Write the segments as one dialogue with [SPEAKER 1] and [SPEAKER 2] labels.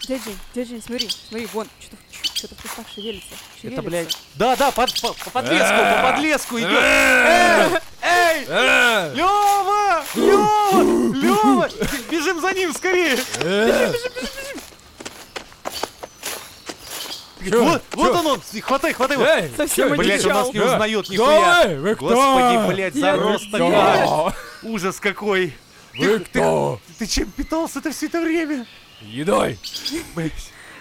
[SPEAKER 1] Джей-Джей, Джей-Джей, смотри, смотри, вон, что-то в кустах шевелится.
[SPEAKER 2] Это,
[SPEAKER 1] шевелится.
[SPEAKER 2] блядь... Да, да, под- по по подлеску,
[SPEAKER 3] Э!
[SPEAKER 2] по подлеску идет. Эй! Лёва! Лёва! Лёва! Бежим за ним скорее!
[SPEAKER 3] Э!
[SPEAKER 2] Вот, вот он он! Хватай, хватай его!
[SPEAKER 1] Совсем
[SPEAKER 3] чё,
[SPEAKER 1] не
[SPEAKER 2] Блять, он нас не
[SPEAKER 3] Э,
[SPEAKER 2] узнает
[SPEAKER 3] давай,
[SPEAKER 2] нихуя!
[SPEAKER 3] вы кто?
[SPEAKER 2] Господи, блять, зарос
[SPEAKER 3] Вы кто?
[SPEAKER 2] такая! Ужас какой!
[SPEAKER 3] Вы
[SPEAKER 2] Ты-
[SPEAKER 3] кто?
[SPEAKER 2] Ты чем питался-то все это время?
[SPEAKER 3] Едой.
[SPEAKER 2] Блядь.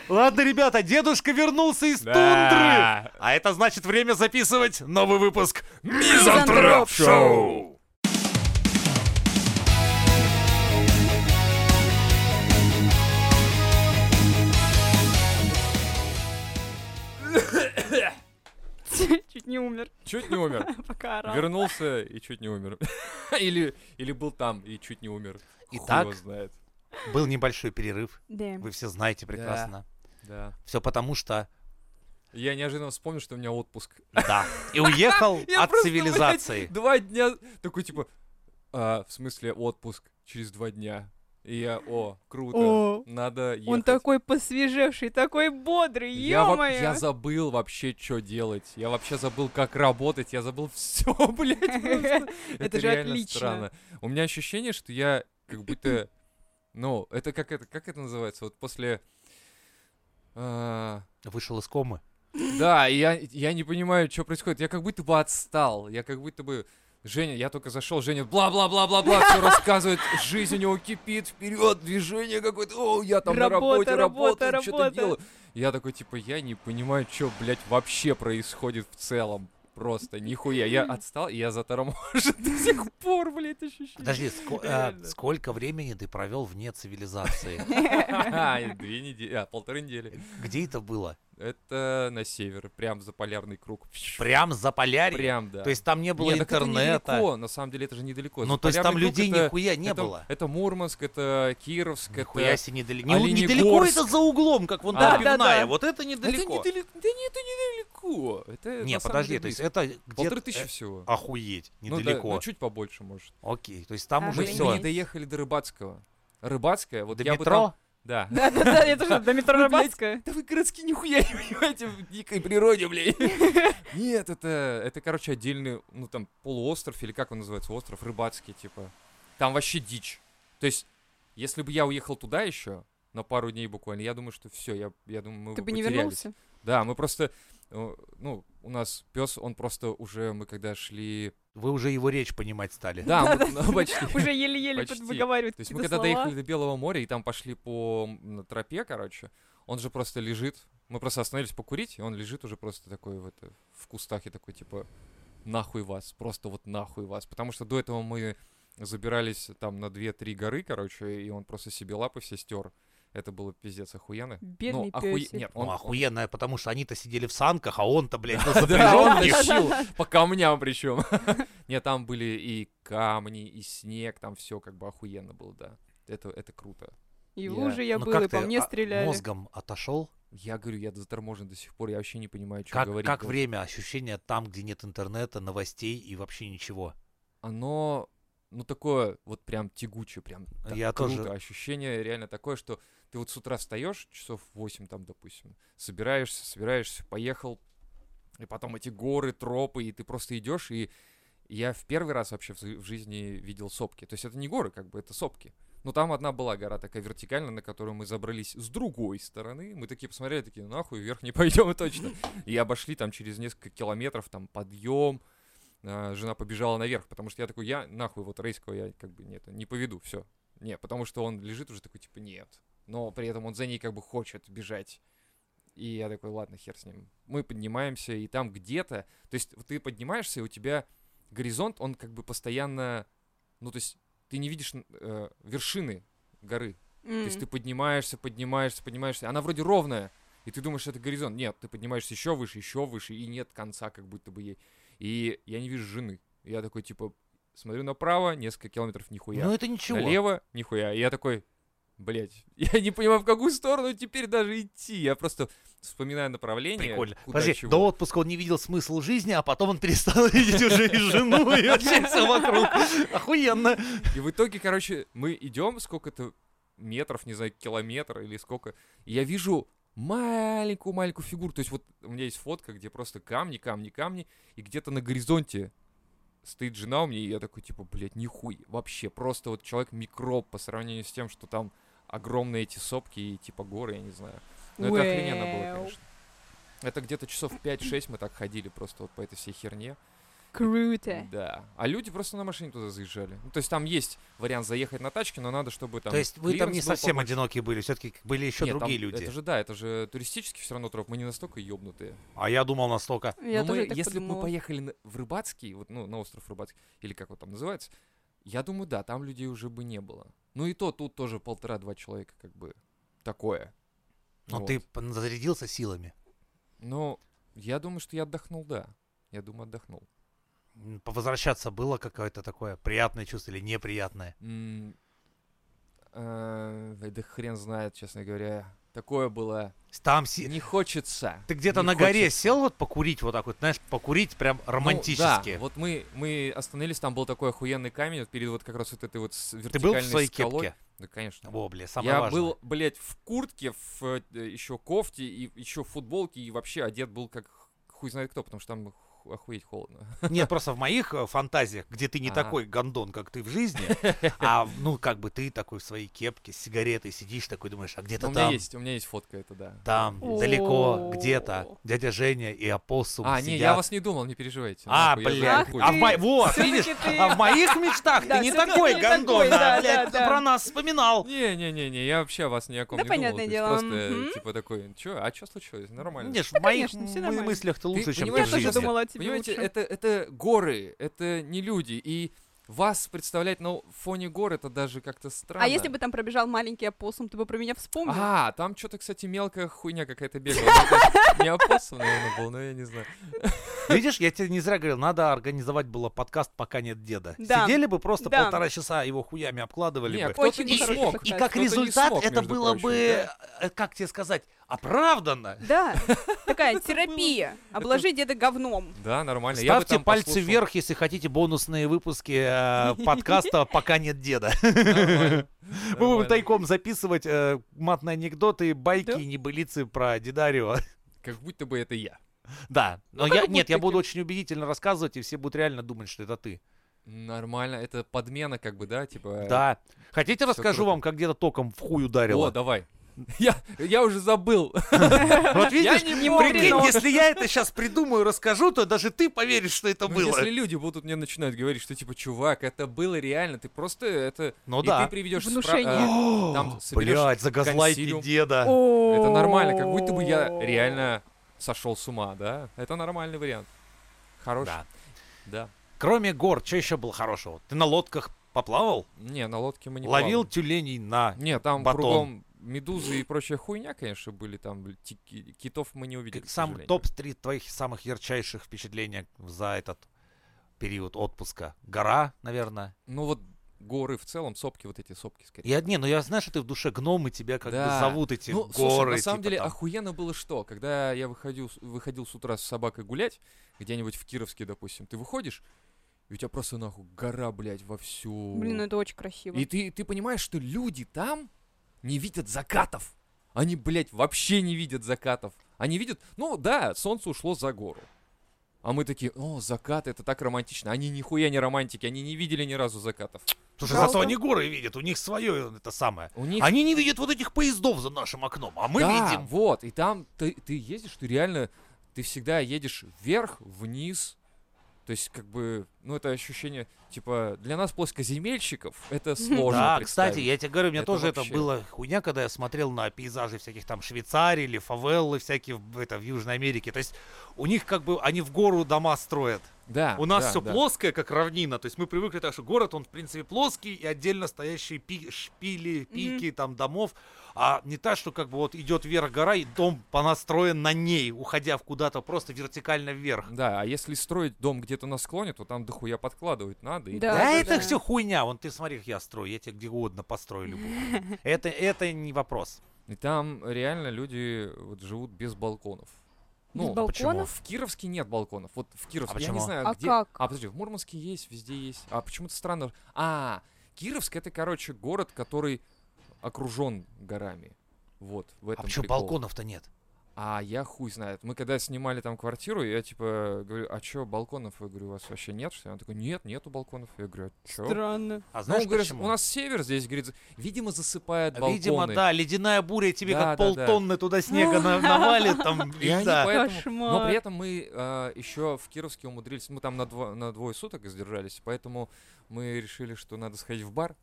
[SPEAKER 2] Ладно, ребята, дедушка вернулся из
[SPEAKER 3] Да.
[SPEAKER 2] тундры. А это значит время записывать новый выпуск
[SPEAKER 1] Мизантроп
[SPEAKER 2] Мизантроп Шоу.
[SPEAKER 1] Чуть не умер,
[SPEAKER 3] Чуть не умер.
[SPEAKER 1] пока орал.
[SPEAKER 3] Вернулся и чуть не умер. Или, или был там и чуть не умер. Хуй его
[SPEAKER 2] Итак.
[SPEAKER 3] знает.
[SPEAKER 2] Был небольшой перерыв,
[SPEAKER 1] Да.
[SPEAKER 2] вы все знаете прекрасно.
[SPEAKER 3] Да.
[SPEAKER 2] Все потому что,
[SPEAKER 3] Я неожиданно вспомнил, что у меня отпуск.
[SPEAKER 2] да, и уехал
[SPEAKER 3] Я
[SPEAKER 2] от
[SPEAKER 3] просто,
[SPEAKER 2] цивилизации.
[SPEAKER 3] Два дня. Такой типа. «А, в смысле, отпуск через два дня. И я, о, круто.
[SPEAKER 1] О,
[SPEAKER 3] надо ехать.
[SPEAKER 1] Он такой посвежевший, такой бодрый,
[SPEAKER 3] я, во-
[SPEAKER 1] ё-моё.
[SPEAKER 3] я забыл вообще, что делать. Я вообще забыл, как работать. Я забыл все, блядь. просто.
[SPEAKER 1] Это же
[SPEAKER 3] реально
[SPEAKER 1] отлично.
[SPEAKER 3] странно. У меня ощущение, что я как будто... Ну, это как это, как это называется? Вот после... а,
[SPEAKER 2] Вышел из комы.
[SPEAKER 3] да, и я, я не понимаю, что происходит. Я как будто бы отстал. Я как будто бы... Женя, я только зашел, Женя бла-бла-бла-бла-бла, все рассказывает, жизнь у него кипит, вперед, движение какое-то, о, я там на
[SPEAKER 1] Работа,
[SPEAKER 3] работе
[SPEAKER 1] работа,
[SPEAKER 3] работаю, что-то
[SPEAKER 1] работа.
[SPEAKER 3] делаю. Я такой, типа, я не понимаю, что, блядь, вообще происходит в целом. Просто нихуя. Я отстал, и я заторможен до сих пор, блядь, ощущение.
[SPEAKER 2] Подожди, ско- э,
[SPEAKER 3] Реально.
[SPEAKER 2] сколько времени ты провел вне цивилизации?
[SPEAKER 3] Две недели, а, полторы недели.
[SPEAKER 2] Где это было?
[SPEAKER 3] Это на север, прям за полярный круг.
[SPEAKER 2] Прям за полярье?
[SPEAKER 3] Прям, да.
[SPEAKER 2] То есть там не было
[SPEAKER 3] Нет, так это
[SPEAKER 2] интернета?
[SPEAKER 3] недалеко, на самом деле это же недалеко.
[SPEAKER 2] Ну, то есть там
[SPEAKER 3] Заполярный круг
[SPEAKER 2] людей
[SPEAKER 3] это-
[SPEAKER 2] нихуя не
[SPEAKER 3] это-
[SPEAKER 2] было?
[SPEAKER 3] Это Мурманск, это Кировск,
[SPEAKER 2] Нихуя
[SPEAKER 3] это...
[SPEAKER 2] себе недалеко. Не- Недалеко
[SPEAKER 3] Оленегорск. А.
[SPEAKER 2] это за углом, как вон
[SPEAKER 3] Да,
[SPEAKER 2] там
[SPEAKER 1] да,
[SPEAKER 2] пивная.
[SPEAKER 1] да.
[SPEAKER 2] Вот это
[SPEAKER 3] Да Это
[SPEAKER 2] недалеко.
[SPEAKER 3] недалеко. Да нет, это недалеко. Это
[SPEAKER 2] Не,
[SPEAKER 3] на самом
[SPEAKER 2] подожди,
[SPEAKER 3] деле
[SPEAKER 2] то есть
[SPEAKER 3] близко.
[SPEAKER 2] это где-то...
[SPEAKER 3] Полторы тысячи
[SPEAKER 2] э,
[SPEAKER 3] всего.
[SPEAKER 2] Охуеть,
[SPEAKER 3] Ну да,
[SPEAKER 2] недалеко.
[SPEAKER 3] ну, чуть побольше, может.
[SPEAKER 2] Окей, то есть там
[SPEAKER 1] А,
[SPEAKER 2] уже
[SPEAKER 3] Мы
[SPEAKER 1] блин,
[SPEAKER 2] все.
[SPEAKER 3] не доехали до Рыбацкого. Рыбацкая, вот
[SPEAKER 2] До
[SPEAKER 3] я бы
[SPEAKER 2] метро?
[SPEAKER 3] там- Да.
[SPEAKER 1] Да-да-да, это же до метро
[SPEAKER 3] Вы, Ну, блядь,
[SPEAKER 1] Рыбацкая.
[SPEAKER 3] Да вы городские нихуя не понимаете в дикой природе, блядь. Нет, это, это, короче, отдельный, ну там, полуостров, или как он называется, остров рыбацкий, типа. Там вообще дичь. То есть, если бы я уехал туда еще, на пару дней буквально, я думаю, что все, я, я думаю, мы
[SPEAKER 1] Ты бы не
[SPEAKER 3] потерялись.
[SPEAKER 1] вернулся?
[SPEAKER 3] Да, мы просто, э, ну, у нас пес, он просто уже, мы когда шли...
[SPEAKER 2] Вы уже его речь понимать стали.
[SPEAKER 3] Да, мы, ну, почти.
[SPEAKER 1] Уже еле-еле
[SPEAKER 3] Почти.
[SPEAKER 1] выговаривает
[SPEAKER 3] То есть мы
[SPEAKER 1] какие-то
[SPEAKER 3] когда
[SPEAKER 1] слова.
[SPEAKER 3] доехали до Белого моря и там пошли по м, тропе, короче, он же просто лежит. Мы просто остановились покурить, и он лежит уже просто такой в, это, в кустах и такой типа нахуй вас, просто вот нахуй вас. Потому что до этого мы забирались там на 2-3 горы, короче, и он просто себе лапы все стер. Это было пиздец охуенно.
[SPEAKER 1] Бедный
[SPEAKER 3] ну, охуе-
[SPEAKER 1] пёсик.
[SPEAKER 3] Нет, он
[SPEAKER 2] Ну, охуенная, потому что они-то сидели в санках, а он-то, блядь, на
[SPEAKER 3] Да, он
[SPEAKER 2] запряжёнке.
[SPEAKER 3] тащил по камням причем. Нет, там были и камни, и снег, там все как бы охуенно было, да. Это, это круто.
[SPEAKER 1] И
[SPEAKER 3] я-
[SPEAKER 1] лужи я
[SPEAKER 2] Ну,
[SPEAKER 1] был,
[SPEAKER 2] как
[SPEAKER 1] и по
[SPEAKER 2] ты,
[SPEAKER 1] мне
[SPEAKER 2] а,
[SPEAKER 1] стреляли.
[SPEAKER 2] Мозгом отошел.
[SPEAKER 3] Я говорю, я заторможен до сих пор, я вообще не понимаю, что
[SPEAKER 2] Как,
[SPEAKER 3] говорить.
[SPEAKER 2] как
[SPEAKER 3] даже.
[SPEAKER 2] время, ощущение там, где нет интернета, новостей и вообще ничего.
[SPEAKER 3] Оно, ну, такое вот прям тягучее, прям так
[SPEAKER 2] А Я
[SPEAKER 3] круто.
[SPEAKER 2] тоже.
[SPEAKER 3] Ощущение реально такое, что ты вот с утра встаешь, часов 8 там, допустим, собираешься, собираешься, поехал, и потом эти горы, тропы, и ты просто идешь, и я в первый раз вообще в зы- в жизни видел сопки. То есть это не горы, как бы, это сопки. Но там одна была гора такая вертикальная, на которую мы забрались с другой стороны. Мы такие посмотрели, такие, нахуй, вверх не пойдем точно. И обошли там через несколько километров, там подъем. А, Жена побежала наверх, потому что я такой, я нахуй вот рейского я как бы нет, не поведу, все. Не, потому что он лежит уже такой, типа, нет. Но при этом он за ней как бы хочет бежать. И я такой, ладно, хер с ним. Мы поднимаемся, и там где-то... То есть вот ты поднимаешься, и у тебя горизонт, он как бы постоянно... Ну, то есть ты не видишь э, вершины горы.
[SPEAKER 1] М.
[SPEAKER 3] То есть ты поднимаешься, поднимаешься, поднимаешься. Она вроде ровная, и ты думаешь, это горизонт. Нет, ты поднимаешься еще выше, еще выше, и нет конца как будто бы ей. И я не вижу жены. И Я такой, типа, смотрю направо, несколько километров, нихуя.
[SPEAKER 2] Ну это ничего.
[SPEAKER 3] Налево, нихуя. И я такой, блять, я не понимаю, в какую сторону теперь даже идти. Я просто вспоминаю направление.
[SPEAKER 2] Прикольно.
[SPEAKER 3] куда
[SPEAKER 2] Подожди,
[SPEAKER 3] чего.
[SPEAKER 2] до отпуска он не видел смысл жизни, а потом он перестал видеть уже и жену, и вообще все вокруг. Охуенно.
[SPEAKER 3] И в итоге, короче, мы идем сколько-то метров, не знаю, километр или сколько. И я вижу маленькую-маленькую фигуру. То есть вот у меня есть фотка, где просто камни, камни, камни, и где-то на горизонте стоит жена у меня, и я такой, типа, блядь, нихуй, вообще, просто вот человек микроб по сравнению с тем, что там огромные эти сопки и типа горы, я не знаю. Но ну, это охрененно было,
[SPEAKER 1] Уэу.
[SPEAKER 3] конечно. Это где-то часов 5-6 мы так ходили просто вот по этой всей херне.
[SPEAKER 1] Круто.
[SPEAKER 3] Да. А люди просто на машине туда заезжали. Ну, то есть там есть вариант заехать на тачке, но надо, чтобы там...
[SPEAKER 2] То есть вы там
[SPEAKER 3] клиренс
[SPEAKER 2] не
[SPEAKER 3] был
[SPEAKER 2] совсем
[SPEAKER 3] побольше.
[SPEAKER 2] одинокие были, все-таки были еще
[SPEAKER 3] Нет, там-
[SPEAKER 2] другие люди.
[SPEAKER 3] Это же, да, это же туристический все равно троп. Мы не настолько ёбнутые.
[SPEAKER 2] А я думал настолько.
[SPEAKER 1] Я
[SPEAKER 3] но
[SPEAKER 1] тоже
[SPEAKER 3] Ну, мы,
[SPEAKER 1] так
[SPEAKER 3] если бы мы
[SPEAKER 1] подумала.
[SPEAKER 3] поехали на- в Рыбацкий, вот, ну, на остров Рыбацкий, или как он там называется, я думаю, да, там людей уже бы не было. Ну и то, тут тоже полтора-два человека, как бы, такое.
[SPEAKER 2] Но
[SPEAKER 3] Вот.
[SPEAKER 2] Ну, ты п- зарядился силами.
[SPEAKER 3] Ну, я думаю, что я отдохнул, да. Я думаю, отдохнул.
[SPEAKER 2] М, Возвращаться было какое-то такое приятное чувство или неприятное?
[SPEAKER 3] М, э, Да хрен знает, честно говоря. Такое было.
[SPEAKER 2] Там си-
[SPEAKER 3] Не хочется.
[SPEAKER 2] Ты где-то
[SPEAKER 3] Не
[SPEAKER 2] на горе
[SPEAKER 3] хочется.
[SPEAKER 2] сел вот покурить вот так вот, знаешь, покурить прям
[SPEAKER 3] Ну,
[SPEAKER 2] романтически.
[SPEAKER 3] да, вот мы, мы остановились, там был такой охуенный камень вот перед вот как раз вот этой вот с-
[SPEAKER 2] Ты
[SPEAKER 3] вертикальной
[SPEAKER 2] был в своей
[SPEAKER 3] скалой.
[SPEAKER 2] кепке?
[SPEAKER 3] Да, конечно.
[SPEAKER 2] О, бля, самое
[SPEAKER 3] Я
[SPEAKER 2] важное.
[SPEAKER 3] был, блядь, в куртке, в еще кофте и еще в футболке, и вообще одет был как хуй знает кто, потому что там ху- охуеть холодно.
[SPEAKER 2] Нет, просто в моих э, фантазиях, где ты не
[SPEAKER 3] А.
[SPEAKER 2] такой гондон, как ты в жизни, а ну как бы ты такой в своей кепке с сигаретой сидишь, такой думаешь, а
[SPEAKER 3] Но
[SPEAKER 2] где-то
[SPEAKER 3] Ну, у меня
[SPEAKER 2] там,
[SPEAKER 3] есть, у меня есть фотка, это да.
[SPEAKER 2] там,
[SPEAKER 1] О.
[SPEAKER 2] далеко, где-то дядя Женя и опоссум
[SPEAKER 3] А, не, я
[SPEAKER 2] сидят.
[SPEAKER 3] вас не думал, не переживайте.
[SPEAKER 2] А,
[SPEAKER 3] Нахуй, я
[SPEAKER 2] блядь,
[SPEAKER 3] забыл.
[SPEAKER 2] а в мо-
[SPEAKER 1] Ты-
[SPEAKER 2] вот,
[SPEAKER 1] всё-таки
[SPEAKER 2] видишь,
[SPEAKER 1] ты-
[SPEAKER 2] а в моих мечтах
[SPEAKER 1] Да,
[SPEAKER 2] ты не
[SPEAKER 1] всё-таки
[SPEAKER 2] такой
[SPEAKER 1] не
[SPEAKER 2] гондон,
[SPEAKER 1] такой,
[SPEAKER 2] а,
[SPEAKER 1] да,
[SPEAKER 2] блядь,
[SPEAKER 1] да,
[SPEAKER 2] ты
[SPEAKER 1] да.
[SPEAKER 2] про нас
[SPEAKER 3] Ну,
[SPEAKER 2] вспоминал.
[SPEAKER 3] Не-не-не-не, я вообще о вас ни о ком
[SPEAKER 1] Да,
[SPEAKER 3] не
[SPEAKER 1] понятное
[SPEAKER 3] думал. то есть
[SPEAKER 1] дело,
[SPEAKER 3] Просто,
[SPEAKER 1] мгм.
[SPEAKER 3] типа, такой, чё, а что случилось? Нормально.
[SPEAKER 2] Видишь, в моих
[SPEAKER 1] конечно, всё
[SPEAKER 2] мы-
[SPEAKER 1] нормально.
[SPEAKER 2] мыслях ты лучше, чем ты
[SPEAKER 1] Я
[SPEAKER 2] в
[SPEAKER 3] понимаешь,
[SPEAKER 1] тоже
[SPEAKER 3] жизнь.
[SPEAKER 2] жизни.
[SPEAKER 1] думала о тебе
[SPEAKER 3] Понимаете,
[SPEAKER 1] лучше.
[SPEAKER 3] это, это горы, это не люди. И вас представлять на фоне гор это даже как-то странно.
[SPEAKER 1] А если бы там пробежал маленький опоссум, ты бы про меня вспомнил?
[SPEAKER 3] А, там что-то, кстати, мелкая хуйня какая-то бегала. Ну, то есть Не опоссум, наверное, был, но я не знаю.
[SPEAKER 2] Видишь, я тебе не зря говорил, надо организовать было подкаст, пока нет деда.
[SPEAKER 1] Да.
[SPEAKER 2] Сидели бы просто
[SPEAKER 1] да.
[SPEAKER 2] полтора часа, его хуями обкладывали
[SPEAKER 3] Не,
[SPEAKER 2] бы.
[SPEAKER 3] кто-то
[SPEAKER 1] Очень
[SPEAKER 3] не
[SPEAKER 1] хороший
[SPEAKER 3] смог.
[SPEAKER 1] подкаст.
[SPEAKER 2] И как
[SPEAKER 3] кто-то не
[SPEAKER 2] результат
[SPEAKER 3] смог,
[SPEAKER 2] это
[SPEAKER 3] между
[SPEAKER 2] было
[SPEAKER 3] прочим,
[SPEAKER 2] бы, э, как тебе сказать, оправданно.
[SPEAKER 1] Да, такая терапия. Обложи деда говном.
[SPEAKER 3] Да, нормально. Я бы
[SPEAKER 2] Ставьте
[SPEAKER 3] там
[SPEAKER 2] пальцы
[SPEAKER 3] послушал.
[SPEAKER 2] вверх, если хотите бонусные выпуски э, подкаста «Пока нет деда».
[SPEAKER 3] Нормально,
[SPEAKER 2] Мы будем
[SPEAKER 3] нормально.
[SPEAKER 2] тайком записывать э, матные анекдоты, байки,
[SPEAKER 1] Да.
[SPEAKER 2] и небылицы про Дидарио.
[SPEAKER 3] Как будто бы это я.
[SPEAKER 2] Да, но
[SPEAKER 3] Ну,
[SPEAKER 1] как
[SPEAKER 2] я,
[SPEAKER 1] будто
[SPEAKER 2] нет, я буду
[SPEAKER 1] таким.
[SPEAKER 2] очень убедительно рассказывать, и все будут реально думать, что это ты.
[SPEAKER 3] Нормально, это подмена, как бы, да, типа.
[SPEAKER 2] Да. Хотите,
[SPEAKER 3] всё
[SPEAKER 2] расскажу
[SPEAKER 3] круто.
[SPEAKER 2] вам, как где-то током в хуй
[SPEAKER 3] О,
[SPEAKER 2] ударило?
[SPEAKER 3] давай. Я, я уже забыл.
[SPEAKER 2] Вот видишь,
[SPEAKER 1] не
[SPEAKER 2] прикинь,
[SPEAKER 1] помню.
[SPEAKER 2] если я это сейчас придумаю, расскажу, то даже ты поверишь, что это
[SPEAKER 3] Ну,
[SPEAKER 2] было.
[SPEAKER 3] Если люди будут мне начинать говорить, что типа, чувак, это было реально, ты просто это...
[SPEAKER 2] Ну
[SPEAKER 3] и
[SPEAKER 2] да.
[SPEAKER 3] ты приведешь...
[SPEAKER 1] Внушение.
[SPEAKER 3] там
[SPEAKER 2] О,
[SPEAKER 3] соберёшь
[SPEAKER 2] Блять, загазлайтить
[SPEAKER 3] консилиум.
[SPEAKER 2] деда.
[SPEAKER 3] Это
[SPEAKER 1] Это
[SPEAKER 3] нормально, как будто бы я реально сошел с ума, да? Это нормальный вариант. Хороший. Да.
[SPEAKER 2] Да. Кроме гор, что еще было хорошего? Ты на лодках поплавал?
[SPEAKER 3] Не, на лодке мы не
[SPEAKER 2] Ловил
[SPEAKER 3] плавали.
[SPEAKER 2] тюленей на...
[SPEAKER 3] Не, там
[SPEAKER 2] батон.
[SPEAKER 3] кругом медузы и прочая хуйня, конечно, были там. бля, ти- ки- Китов мы не увидели,
[SPEAKER 2] Как
[SPEAKER 3] к
[SPEAKER 2] Сам
[SPEAKER 3] сожалению.
[SPEAKER 2] топ-3 твоих самых ярчайших впечатлений за этот период отпуска. Гора, наверное.
[SPEAKER 3] Ну вот горы в целом, сопки, вот эти сопки скорее.
[SPEAKER 2] Я, не, ну я знаю, что ты в душе гном, и тебя как бы
[SPEAKER 3] Да.
[SPEAKER 2] зовут эти
[SPEAKER 3] Ну,
[SPEAKER 2] горы.
[SPEAKER 3] слушай, на самом
[SPEAKER 2] типа
[SPEAKER 3] деле
[SPEAKER 2] там.
[SPEAKER 3] охуенно было что, когда я выходил, с- выходил с утра с собакой гулять, где-нибудь в Кировске, допустим, ты выходишь, и у тебя просто нахуй гора, блядь, вовсю.
[SPEAKER 1] Блин, ну это очень красиво.
[SPEAKER 3] И ты, ты понимаешь, что люди там не видят закатов. Они, блядь, вообще не видят закатов. Они видят, ну да, солнце ушло за гору. А мы такие, о, закат, это так романтично. Они нихуя не романтики, они не видели ни разу закатов.
[SPEAKER 2] Слушай, зато
[SPEAKER 1] Жалко.
[SPEAKER 2] они горы видят, у них свое это самое.
[SPEAKER 3] У них
[SPEAKER 2] Они не видят вот этих поездов за нашим окном, а мы
[SPEAKER 3] да,
[SPEAKER 2] видим.
[SPEAKER 3] вот, и там ты, ты ездишь, ты реально, ты всегда едешь вверх, вниз, то есть, как бы, ну, это ощущение, типа, для нас, плоскоземельщиков, это сложно
[SPEAKER 2] да, кстати,
[SPEAKER 3] представить.
[SPEAKER 2] я тебе говорю, у меня
[SPEAKER 3] Это
[SPEAKER 2] тоже
[SPEAKER 3] вообще.
[SPEAKER 2] это было хуйня, когда я смотрел на пейзажи всяких там Швейцарии или фавеллы всякие в, это, в Южной Америке. То есть у них как бы они в гору дома строят.
[SPEAKER 3] Да,
[SPEAKER 2] у нас
[SPEAKER 3] А, да,
[SPEAKER 2] все
[SPEAKER 3] да.
[SPEAKER 2] плоское, как равнина. То есть мы привыкли так, что город, он в принципе плоский и отдельно стоящие пи- шпили, пики там домов. А не так, что как бы вот идет вверх гора и дом понастроен на ней, уходя в куда-то просто вертикально вверх.
[SPEAKER 3] Да, а если строить дом где-то на склоне, то там дохуя подкладывать надо. и
[SPEAKER 1] Да,
[SPEAKER 2] Да,
[SPEAKER 3] так далее.
[SPEAKER 2] это
[SPEAKER 1] да.
[SPEAKER 2] все хуйня. Вон ты смотри, я строю, я тебе где угодно построю любую. Это, это не вопрос.
[SPEAKER 3] И там реально люди вот, живут без балконов.
[SPEAKER 1] Без
[SPEAKER 3] Ну,
[SPEAKER 2] почему?
[SPEAKER 1] балконов?
[SPEAKER 3] в Кировске нет балконов. Вот в Кировске, я не
[SPEAKER 2] почему?
[SPEAKER 3] знаю,
[SPEAKER 1] А
[SPEAKER 3] где.
[SPEAKER 1] как?
[SPEAKER 3] А, подожди, в Мурманске есть, везде есть. А почему-то странно. А, Кировск это, короче, город, который окружен горами. Вот, в
[SPEAKER 2] А
[SPEAKER 3] этом
[SPEAKER 2] почему
[SPEAKER 3] прикол.
[SPEAKER 2] балконов-то нет?
[SPEAKER 3] А я хуй знает. Мы когда снимали там квартиру, я типа говорю, а чё, балконов? Я говорю, у вас вообще нет? Что ли? Он такой, нет, нету балконов. Я говорю, а чё?
[SPEAKER 1] Странно.
[SPEAKER 2] А
[SPEAKER 3] Ну,
[SPEAKER 2] знаешь,
[SPEAKER 3] он говорит,
[SPEAKER 2] почему?
[SPEAKER 3] у нас север здесь, говорит, видимо, засыпает балконы.
[SPEAKER 2] Видимо, да, ледяная буря тебе
[SPEAKER 3] Да,
[SPEAKER 2] как
[SPEAKER 3] да, да.
[SPEAKER 2] полтонны туда снега на- навалит. Там,
[SPEAKER 3] И они
[SPEAKER 2] да.
[SPEAKER 3] поэтому...
[SPEAKER 1] Кошмар.
[SPEAKER 3] Но при этом мы еще в Кировске умудрились, мы там на, дво- на двое суток сдержались, поэтому мы решили, что надо сходить в бар,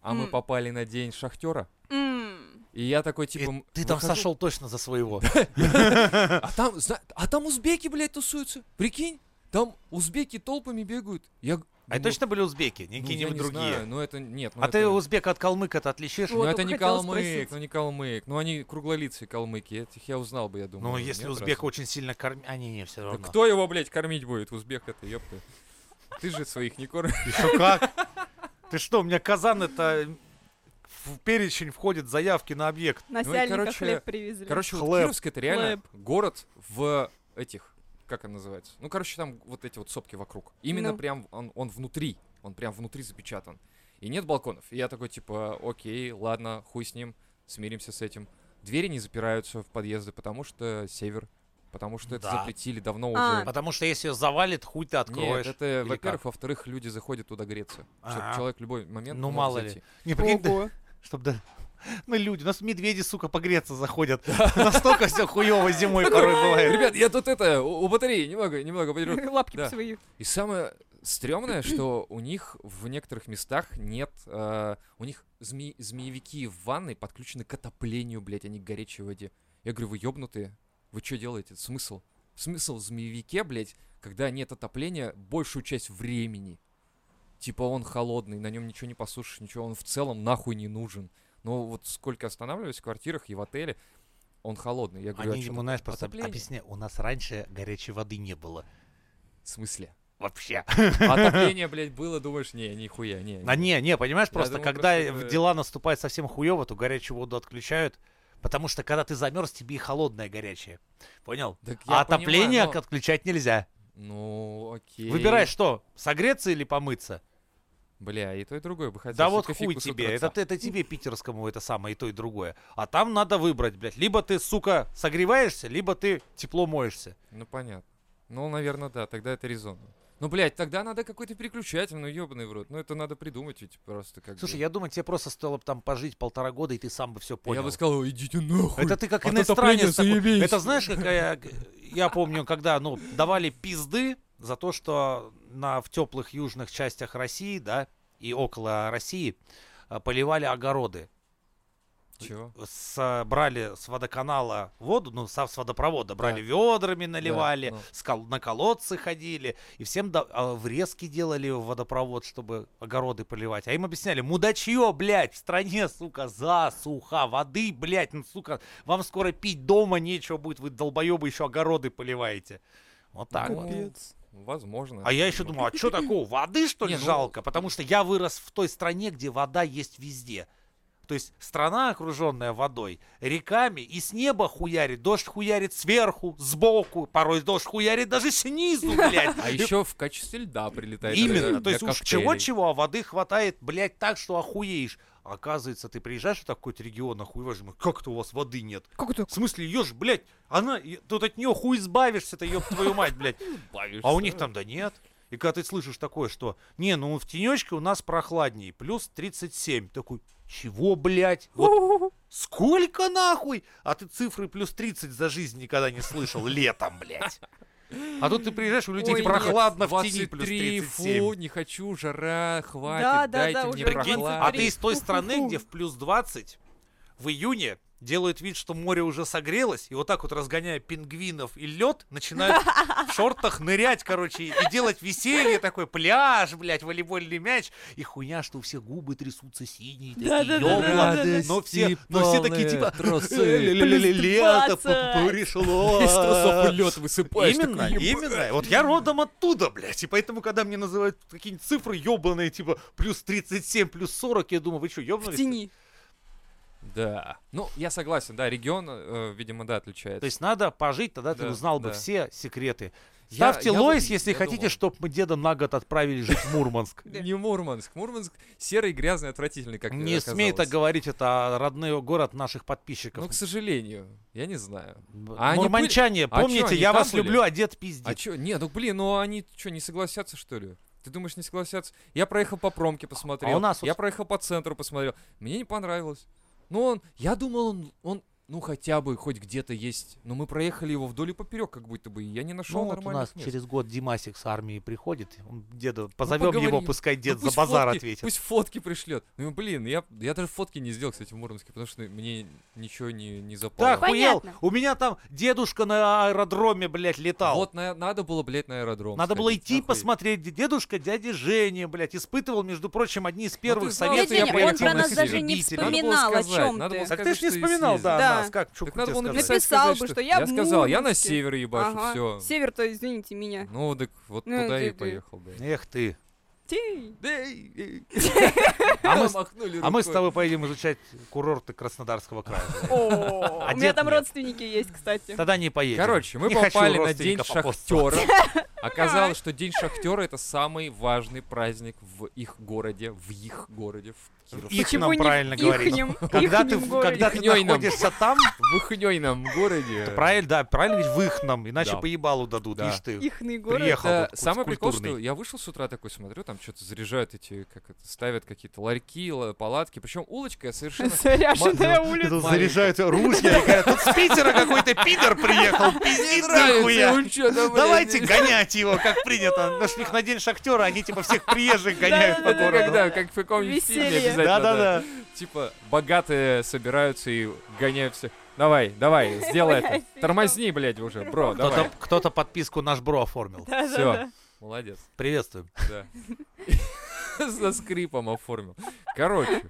[SPEAKER 3] а мы
[SPEAKER 1] М.
[SPEAKER 3] попали на день шахтера.
[SPEAKER 1] М.
[SPEAKER 3] И я такой,
[SPEAKER 2] И
[SPEAKER 3] типа... м,
[SPEAKER 2] ты там
[SPEAKER 3] выхожу,
[SPEAKER 2] сошел точно за своего.
[SPEAKER 3] А там, зна- а там узбеки, блядь, тусуются. Прикинь, там узбеки толпами бегают. Я г-
[SPEAKER 2] А это
[SPEAKER 3] думаю,
[SPEAKER 2] точно были узбеки, не
[SPEAKER 3] ну,
[SPEAKER 2] какие-нибудь
[SPEAKER 3] я не знаю,
[SPEAKER 2] другие.
[SPEAKER 3] ну это нет. ну
[SPEAKER 2] А ты
[SPEAKER 3] это-
[SPEAKER 2] узбека от калмыка-то отличишь?
[SPEAKER 1] Вот
[SPEAKER 3] ну это
[SPEAKER 1] только
[SPEAKER 3] не
[SPEAKER 1] хотела
[SPEAKER 3] калмык,
[SPEAKER 1] спросить.
[SPEAKER 3] ну не калмык. Ну они круглолицые калмыки, этих я узнал бы, я думаю.
[SPEAKER 2] Ну, если
[SPEAKER 3] нет,
[SPEAKER 2] узбека
[SPEAKER 3] разве?
[SPEAKER 2] очень сильно кормят... А, не, не, все
[SPEAKER 3] Да
[SPEAKER 2] равно.
[SPEAKER 3] кто его, блядь, кормить будет? Узбек это, ёпта. Ты же своих не кормишь.
[SPEAKER 2] Еще как? Ты что, у меня Казан это... э, В перечень входит заявки на объект.
[SPEAKER 1] На
[SPEAKER 3] Ну и,
[SPEAKER 1] сяльниках
[SPEAKER 3] короче,
[SPEAKER 1] хлеб привезли.
[SPEAKER 3] Короче, вот
[SPEAKER 2] Хлеб.
[SPEAKER 3] Кировск это реально
[SPEAKER 1] Хлеб.
[SPEAKER 3] город в этих, как он называется? Ну, короче, там вот эти вот сопки вокруг. Именно
[SPEAKER 1] Ну.
[SPEAKER 3] прям он, он внутри, он прям внутри запечатан. И нет балконов. И я такой, типа, окей, ладно, хуй с ним, смиримся с этим. Двери не запираются в подъезды, потому что север, потому что это
[SPEAKER 2] Да.
[SPEAKER 3] запретили давно
[SPEAKER 1] А,
[SPEAKER 3] уже.
[SPEAKER 2] Потому что если ее завалит, хуй ты откроешь.
[SPEAKER 3] Нет, это,
[SPEAKER 2] Или
[SPEAKER 3] во-первых,
[SPEAKER 2] как?
[SPEAKER 3] во-вторых, люди заходят туда греться. Чё-
[SPEAKER 2] Ага.
[SPEAKER 3] Человек в любой момент.
[SPEAKER 2] Ну,
[SPEAKER 3] может
[SPEAKER 2] мало ли.
[SPEAKER 3] зайти.
[SPEAKER 2] Не, прикинь, да,
[SPEAKER 1] Ого.
[SPEAKER 2] чтоб да... Ну, люди, у нас медведи, сука, погреться заходят. Настолько все хуево зимой порой бывает.
[SPEAKER 3] Ребят, я тут это, у у батареи немного, немного подержу.
[SPEAKER 1] Лапки
[SPEAKER 3] Да.
[SPEAKER 1] свои.
[SPEAKER 3] И самое стрёмное, что у них в некоторых местах нет... э, у них зме- змеевики в ванной подключены к отоплению, блядь, они к горячей воде. Я говорю, вы ёбнутые? Вы что делаете? Смысл? Смысл в змеевике, блядь, когда нет отопления большую часть времени. Типа он холодный, на нем ничего не посушишь, ничего, он в целом нахуй не нужен. Но вот сколько останавливаюсь в квартирах и в отеле, он холодный. Я говорю, а
[SPEAKER 2] Они
[SPEAKER 3] чё
[SPEAKER 2] ему,
[SPEAKER 3] так?
[SPEAKER 2] знаешь, просто
[SPEAKER 3] Отопление.
[SPEAKER 2] объясняй, у нас раньше горячей воды не было.
[SPEAKER 3] в смысле?
[SPEAKER 2] Вообще.
[SPEAKER 3] Отопление, блядь, было, думаешь, не, нихуя, не.
[SPEAKER 2] А не, не, понимаешь,
[SPEAKER 3] Я
[SPEAKER 2] просто
[SPEAKER 3] думал,
[SPEAKER 2] когда
[SPEAKER 3] просто
[SPEAKER 2] в
[SPEAKER 3] это-
[SPEAKER 2] дела наступают совсем хуево, то горячую воду отключают. Потому что когда ты замерз, тебе и холодное горячее. Понял?
[SPEAKER 3] Так я
[SPEAKER 2] А отопление
[SPEAKER 3] понимаю, но-
[SPEAKER 2] отключать нельзя.
[SPEAKER 3] Ну, окей.
[SPEAKER 2] Выбирай что, согреться или помыться?
[SPEAKER 3] Бля, и то, и другое бы хотелось.
[SPEAKER 2] да
[SPEAKER 3] и
[SPEAKER 2] вот
[SPEAKER 3] кофейку
[SPEAKER 2] хуй
[SPEAKER 3] с
[SPEAKER 2] тебе,
[SPEAKER 3] утреца.
[SPEAKER 2] это, ты- это тебе питерскому это самое и то и другое. А там надо выбрать, блядь. Либо ты, сука, согреваешься, либо ты тепло моешься.
[SPEAKER 3] Ну, понятно. Ну, наверное, да, тогда это резонно. Ну, блядь, тогда надо какой-то переключатель, ну, ёбаный в рот. Ну, это надо придумать ведь просто как
[SPEAKER 2] Слушай,
[SPEAKER 3] бы.
[SPEAKER 2] я думаю, тебе просто стоило бы там пожить полтора года, и ты сам бы все понял.
[SPEAKER 3] Я бы сказал, идите нахуй.
[SPEAKER 2] Это ты как
[SPEAKER 3] От
[SPEAKER 2] иностранец.
[SPEAKER 3] отопления
[SPEAKER 2] такой.
[SPEAKER 3] заебись.
[SPEAKER 2] Это знаешь, как я, я помню, когда ну, давали пизды за то, что на, в теплых южных частях России, да, и около России а, поливали огороды.
[SPEAKER 3] Чё?
[SPEAKER 2] С, а, брали с водоканала воду, ну, со- с водопровода брали
[SPEAKER 3] Да.
[SPEAKER 2] ведрами, наливали,
[SPEAKER 3] ну.
[SPEAKER 2] с кол- на колодцы ходили, и всем да- а, врезки делали в водопровод, чтобы огороды поливать. А им объясняли, мудачье, блядь, в стране, сука, засуха, воды, блядь, ну, сука, вам скоро пить дома нечего будет, вы, долбоебы, еще огороды поливаете. Вот
[SPEAKER 3] А, Ну,
[SPEAKER 2] так вот.
[SPEAKER 1] Капец.
[SPEAKER 3] Возможно.
[SPEAKER 2] А я еще думал, а что такого, воды что ли
[SPEAKER 3] Не, ну-
[SPEAKER 2] жалко? Потому что я вырос в той стране, где вода есть везде. То есть страна, окруженная водой, реками, и с неба хуярит, дождь хуярит сверху, сбоку, порой дождь хуярит даже снизу, блядь.
[SPEAKER 3] А еще в качестве льда прилетает.
[SPEAKER 2] Именно,
[SPEAKER 3] для-
[SPEAKER 2] то есть
[SPEAKER 3] для
[SPEAKER 2] уж
[SPEAKER 3] коктейлей.
[SPEAKER 2] чего-чего, а воды хватает, блядь, так, что охуеешь. Оказывается, ты приезжаешь в какой-то регион, охуеваешь, думаешь, как-то у вас воды нет.
[SPEAKER 1] Как это?
[SPEAKER 2] В смысле, ее ж, блядь, она, и- тут от нее хуй избавишься-то, ёб твою мать, блядь.
[SPEAKER 3] Бавишься.
[SPEAKER 2] А у них там, да нет. И когда ты слышишь такое, что не, ну в тенечке у нас прохладнее, плюс 37. Такой, чего, блядь? Вот сколько нахуй? А ты цифры плюс 30 за жизнь никогда не слышал летом, блядь. А тут ты приезжаешь, у людей
[SPEAKER 1] Ой,
[SPEAKER 2] прохладно в тени плюс
[SPEAKER 3] 23,
[SPEAKER 2] 37.
[SPEAKER 3] фу, не хочу, жара, хватит,
[SPEAKER 1] Да, да,
[SPEAKER 3] дайте
[SPEAKER 1] да, уже
[SPEAKER 3] мне
[SPEAKER 2] Прикинь,
[SPEAKER 3] прохладно.
[SPEAKER 2] а
[SPEAKER 1] 23.
[SPEAKER 2] ты из той
[SPEAKER 1] Фу-фу-фу.
[SPEAKER 2] страны, где в плюс 20 в июне делают вид, что море уже согрелось, и вот так вот разгоняя пингвинов и лед, начинают в шортах нырять, короче, и делать веселье такое, пляж, блядь, волейбольный мяч, и хуйня, что у всех губы трясутся синие,
[SPEAKER 1] Да,
[SPEAKER 2] такие
[SPEAKER 1] да, да, да,
[SPEAKER 2] ёбла.
[SPEAKER 1] да.
[SPEAKER 2] но все, но все такие типа,
[SPEAKER 3] тросы.
[SPEAKER 2] «Э-ле-ле-ле, лето
[SPEAKER 1] Плюс
[SPEAKER 2] п-
[SPEAKER 1] 20.
[SPEAKER 2] пришло.
[SPEAKER 3] «Э, Из трусов лед высыпаешь.
[SPEAKER 2] Именно,
[SPEAKER 3] такой, «Ебать».
[SPEAKER 2] именно. Вот я родом оттуда, блядь. И поэтому, когда мне называют какие-нибудь цифры ебаные, типа плюс 37, плюс 40, я думаю, вы что,
[SPEAKER 1] В
[SPEAKER 2] ебнулись?
[SPEAKER 1] тени.
[SPEAKER 3] Да. Ну, я согласен, да, регион, э, видимо, да, отличается.
[SPEAKER 2] То есть надо пожить, тогда ты
[SPEAKER 3] Да,
[SPEAKER 2] узнал бы
[SPEAKER 3] да.
[SPEAKER 2] все секреты.
[SPEAKER 3] Я-
[SPEAKER 2] Ставьте
[SPEAKER 3] я вот-
[SPEAKER 2] Лоис, если
[SPEAKER 3] я
[SPEAKER 2] хотите,
[SPEAKER 3] думал.
[SPEAKER 2] чтобы мы деда на год отправили жить в Мурманск.
[SPEAKER 1] Да.
[SPEAKER 3] Не Мурманск. Мурманск серый, грязный, отвратительный, как
[SPEAKER 2] Не смей так
[SPEAKER 3] оказалось.
[SPEAKER 2] говорить, это родной город наших подписчиков.
[SPEAKER 3] Ну, к сожалению, я не знаю.
[SPEAKER 2] М-
[SPEAKER 3] а они
[SPEAKER 2] Мурманчане,
[SPEAKER 3] А чё,
[SPEAKER 2] помните,
[SPEAKER 3] они
[SPEAKER 2] я
[SPEAKER 3] там
[SPEAKER 2] вас
[SPEAKER 3] были?
[SPEAKER 2] люблю, а дед
[SPEAKER 3] А
[SPEAKER 2] пиздит.
[SPEAKER 3] чё? Не, ну блин, ну они что, не согласятся, что ли? Ты думаешь, не согласятся? Я проехал по промке, посмотрел.
[SPEAKER 2] А у нас вот-
[SPEAKER 3] Я проехал по центру, посмотрел. Мне не понравилось. Ну, он. Я думал, он. он ну, хотя бы хоть где-то есть. Но мы проехали его вдоль и поперек, как будто бы. И я не нашел
[SPEAKER 2] Ну вот у
[SPEAKER 3] нормальных
[SPEAKER 2] нас
[SPEAKER 3] мест.
[SPEAKER 2] через год Димасик с армии приходит, он деда, позовем его,
[SPEAKER 3] поговорим.
[SPEAKER 2] пускай
[SPEAKER 3] Ну,
[SPEAKER 2] дед за
[SPEAKER 3] пусть
[SPEAKER 2] базар
[SPEAKER 3] фотки-
[SPEAKER 2] ответит.
[SPEAKER 3] Пусть фотки пришлет. Ну, блин, я, я даже фотки не сделал, кстати, в Мурманске, потому что мне ничего не, не запало.
[SPEAKER 2] Да, охуел,
[SPEAKER 1] Понятно.
[SPEAKER 2] у меня там дедушка на аэродроме, блядь, летал.
[SPEAKER 3] Вот на- надо было, блядь, на аэродром.
[SPEAKER 2] Надо было
[SPEAKER 3] сходить,
[SPEAKER 2] идти
[SPEAKER 3] нахуй.
[SPEAKER 2] посмотреть. где Дедушка дяди Женя, блядь, испытывал, между прочим, одни из первых
[SPEAKER 3] Ну, ты знал,
[SPEAKER 2] советов.
[SPEAKER 3] что я
[SPEAKER 1] Дядя,
[SPEAKER 3] про
[SPEAKER 1] он про
[SPEAKER 3] интимных
[SPEAKER 1] нас даже не
[SPEAKER 2] любителей.
[SPEAKER 3] Надо было
[SPEAKER 1] вспоминал, о
[SPEAKER 3] сказать,
[SPEAKER 1] чем
[SPEAKER 3] надо
[SPEAKER 1] ты.
[SPEAKER 3] было
[SPEAKER 2] Так ты ж не
[SPEAKER 3] Сказать, что из
[SPEAKER 2] вспоминал, да,
[SPEAKER 1] Да.
[SPEAKER 2] нас, как, чё
[SPEAKER 3] Так
[SPEAKER 2] хуй
[SPEAKER 3] надо
[SPEAKER 2] тебе
[SPEAKER 3] было
[SPEAKER 2] сказать?
[SPEAKER 3] написать,
[SPEAKER 1] Написал
[SPEAKER 3] сказать,
[SPEAKER 1] бы,
[SPEAKER 3] что...
[SPEAKER 1] что я в
[SPEAKER 3] сказал, я на
[SPEAKER 1] Мурманске.
[SPEAKER 3] север ебашу,
[SPEAKER 1] Ага.
[SPEAKER 3] все.
[SPEAKER 1] Север-то, извините меня.
[SPEAKER 3] Ну, так вот
[SPEAKER 1] Ну,
[SPEAKER 3] туда и
[SPEAKER 1] ты- ты.
[SPEAKER 3] поехал, да.
[SPEAKER 2] Эх ты.
[SPEAKER 1] Ти.
[SPEAKER 2] А мы, с-
[SPEAKER 3] махнули
[SPEAKER 2] а мы с
[SPEAKER 3] рукой.
[SPEAKER 2] тобой поедем изучать курорты Краснодарского края.
[SPEAKER 1] О,
[SPEAKER 2] А
[SPEAKER 1] У меня
[SPEAKER 2] дед
[SPEAKER 1] там
[SPEAKER 2] нет.
[SPEAKER 1] родственники есть, кстати.
[SPEAKER 2] Тогда не поедем.
[SPEAKER 3] Короче, мы
[SPEAKER 2] Не хочу
[SPEAKER 3] попали на День
[SPEAKER 2] родственников апостола.
[SPEAKER 3] шахтера. Оказалось, что День шахтера это самый важный праздник в их городе, в их городе, в Кировске.
[SPEAKER 2] Их
[SPEAKER 1] Почему
[SPEAKER 2] нам
[SPEAKER 1] не в
[SPEAKER 2] правильно говорить.
[SPEAKER 1] ихнем-
[SPEAKER 2] Когда ты,
[SPEAKER 1] ихнем
[SPEAKER 2] в-
[SPEAKER 1] городе?
[SPEAKER 2] когда ты
[SPEAKER 3] Ихнёйном.
[SPEAKER 2] находишься там,
[SPEAKER 3] В ихнёйном городе.
[SPEAKER 2] то правильно, да, правильно ведь в их нам, иначе
[SPEAKER 3] Да.
[SPEAKER 2] по ебалу дадут.
[SPEAKER 3] Да.
[SPEAKER 2] Ишь ты.
[SPEAKER 1] Ихный город.
[SPEAKER 2] Приехал
[SPEAKER 3] Это
[SPEAKER 2] вот
[SPEAKER 3] самый прикол,
[SPEAKER 2] культурный.
[SPEAKER 3] что я вышел с утра такой, смотрю, там что-то заряжают эти, как это, ставят какие-то ларьки, ла- палатки. Причем улочка совершенно...
[SPEAKER 1] Заряженная
[SPEAKER 3] ну,
[SPEAKER 1] улица.
[SPEAKER 2] ну, Тут заряжают ружья, и говорят, тут с Питера какой-то пидор приехал, пиздит нахуя. Давайте гонять его, как принято. Наш них на день шахтера, они типа всех приезжих гоняют по
[SPEAKER 1] Да-да-да,
[SPEAKER 3] Это
[SPEAKER 2] городу.
[SPEAKER 3] когда, как в каком-нибудь фильме
[SPEAKER 1] Веселье.
[SPEAKER 3] обязательно.
[SPEAKER 2] Да-да-да.
[SPEAKER 3] Типа, богатые собираются и гоняют всех. Давай, давай, сделай это.
[SPEAKER 1] Блядь, ты
[SPEAKER 3] Тормозни, блядь, уже, бро,
[SPEAKER 2] Кто-то
[SPEAKER 3] давай.
[SPEAKER 2] кто-то подписку наш бро оформил.
[SPEAKER 1] Да-да-да.
[SPEAKER 3] Все, молодец,
[SPEAKER 2] Приветствуем.
[SPEAKER 3] да. За скрипом оформил. Короче,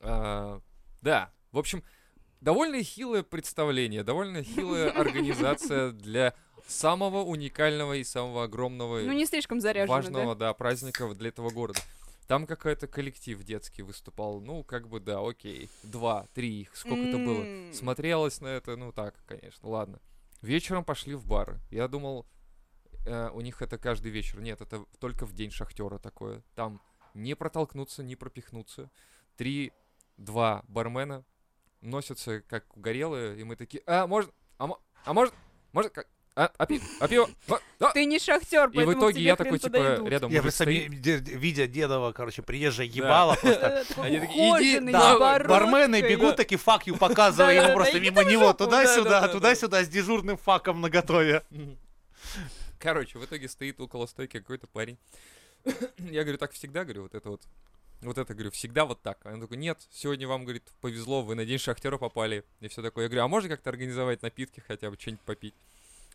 [SPEAKER 3] а, да, в общем, довольно хилое представление, довольно хилая организация для самого уникального и самого огромного
[SPEAKER 1] Ну не слишком заряженная,
[SPEAKER 3] важного, да? праздника для этого города. Там какой-то коллектив детский выступал. Ну, как бы, да, окей. Два, три их, сколько-то было.
[SPEAKER 1] М.
[SPEAKER 3] Смотрелось на это, ну, так, конечно, ладно. Вечером пошли в бары. Я думал, э, у них это каждый вечер. Нет, это только в день шахтера такое. Там не протолкнуться, не пропихнуться. Три, два бармена носятся как угорелые, и мы такие, а, может, а, мо- а может, может, как, а, а, пи- а пиво, А, да».
[SPEAKER 1] Ты не шахтер,
[SPEAKER 3] И в
[SPEAKER 1] поэтому к
[SPEAKER 3] итоге
[SPEAKER 1] тебе
[SPEAKER 3] я
[SPEAKER 1] хрен
[SPEAKER 3] такой, типа,
[SPEAKER 1] подойдут.
[SPEAKER 3] рядом
[SPEAKER 2] Я
[SPEAKER 3] мужик
[SPEAKER 2] просто,
[SPEAKER 3] стоит.
[SPEAKER 2] ви- де- видя дедова, короче, приезжая ебало, просто
[SPEAKER 1] Э, такой
[SPEAKER 3] Они такие, иди,
[SPEAKER 1] ухоженный,
[SPEAKER 3] да,
[SPEAKER 1] с бородкой.
[SPEAKER 2] бармены бегут такие фак ю показывая ему
[SPEAKER 1] Да-да-да,
[SPEAKER 2] просто
[SPEAKER 1] иди
[SPEAKER 2] мимо
[SPEAKER 1] ты в
[SPEAKER 2] него
[SPEAKER 1] жопу,
[SPEAKER 2] туда-сюда,
[SPEAKER 3] да-да-да-да.
[SPEAKER 2] туда-сюда с дежурным факом наготове.
[SPEAKER 3] Короче, в итоге стоит около стойки какой-то парень. Я говорю, так всегда, говорю, вот это вот. Вот это, говорю, всегда вот так. А Он такой, нет, сегодня вам, говорит, повезло, вы на день шахтера попали. И все такое. Я говорю, а можно как-то организовать напитки хотя бы, что-нибудь попить?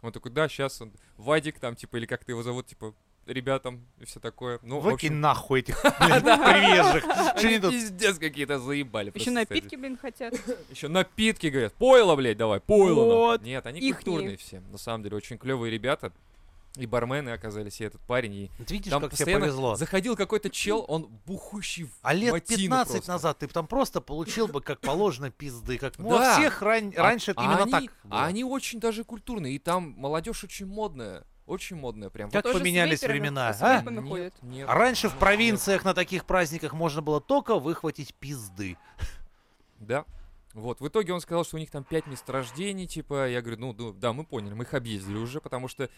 [SPEAKER 3] Он такой, да, сейчас он. Вадик там, типа, или как-то его зовут, типа, ребятам и все такое. Ну, в
[SPEAKER 2] Выкинь
[SPEAKER 3] общем,
[SPEAKER 2] нахуй этих блядь, приезжих. Что
[SPEAKER 3] они
[SPEAKER 2] они тут?
[SPEAKER 3] пиздец какие-то заебали.
[SPEAKER 1] Еще напитки, блин, хотят.
[SPEAKER 3] Еще напитки, говорят. Пойло, блядь, давай, пойло. нам».
[SPEAKER 1] Вот,
[SPEAKER 3] Нет, они
[SPEAKER 1] ихние.
[SPEAKER 3] культурные все. На самом деле, очень клевые ребята. И бармены оказались, и этот парень, и
[SPEAKER 2] Вот Видишь,
[SPEAKER 3] там
[SPEAKER 2] как тебе
[SPEAKER 3] постоянно
[SPEAKER 2] повезло.
[SPEAKER 3] заходил какой-то чел, он бухущий в
[SPEAKER 2] А лет
[SPEAKER 3] матину
[SPEAKER 2] 15
[SPEAKER 3] просто.
[SPEAKER 2] назад ты там просто получил бы, как положено, пизды. Как ну,
[SPEAKER 3] Да.
[SPEAKER 2] а всех ран-
[SPEAKER 3] А-
[SPEAKER 2] раньше это
[SPEAKER 3] а
[SPEAKER 2] именно
[SPEAKER 3] они,
[SPEAKER 2] так.
[SPEAKER 3] а
[SPEAKER 2] было.
[SPEAKER 3] они очень даже культурные, и там молодежь очень модная, очень модная прям.
[SPEAKER 2] Как
[SPEAKER 1] тоже с
[SPEAKER 2] поменялись
[SPEAKER 1] вейперами,
[SPEAKER 2] времена,
[SPEAKER 1] с
[SPEAKER 2] а?
[SPEAKER 1] вейпами
[SPEAKER 3] Нет,
[SPEAKER 1] ходят.
[SPEAKER 3] нет,
[SPEAKER 2] А Раньше в
[SPEAKER 3] нет,
[SPEAKER 2] провинциях на таких праздниках можно было только выхватить пизды.
[SPEAKER 3] нет. Да. Вот, в итоге он сказал, что у них там пять месторождений, типа, я говорю, ну, ну, да, мы поняли, мы их объездили уже, потому что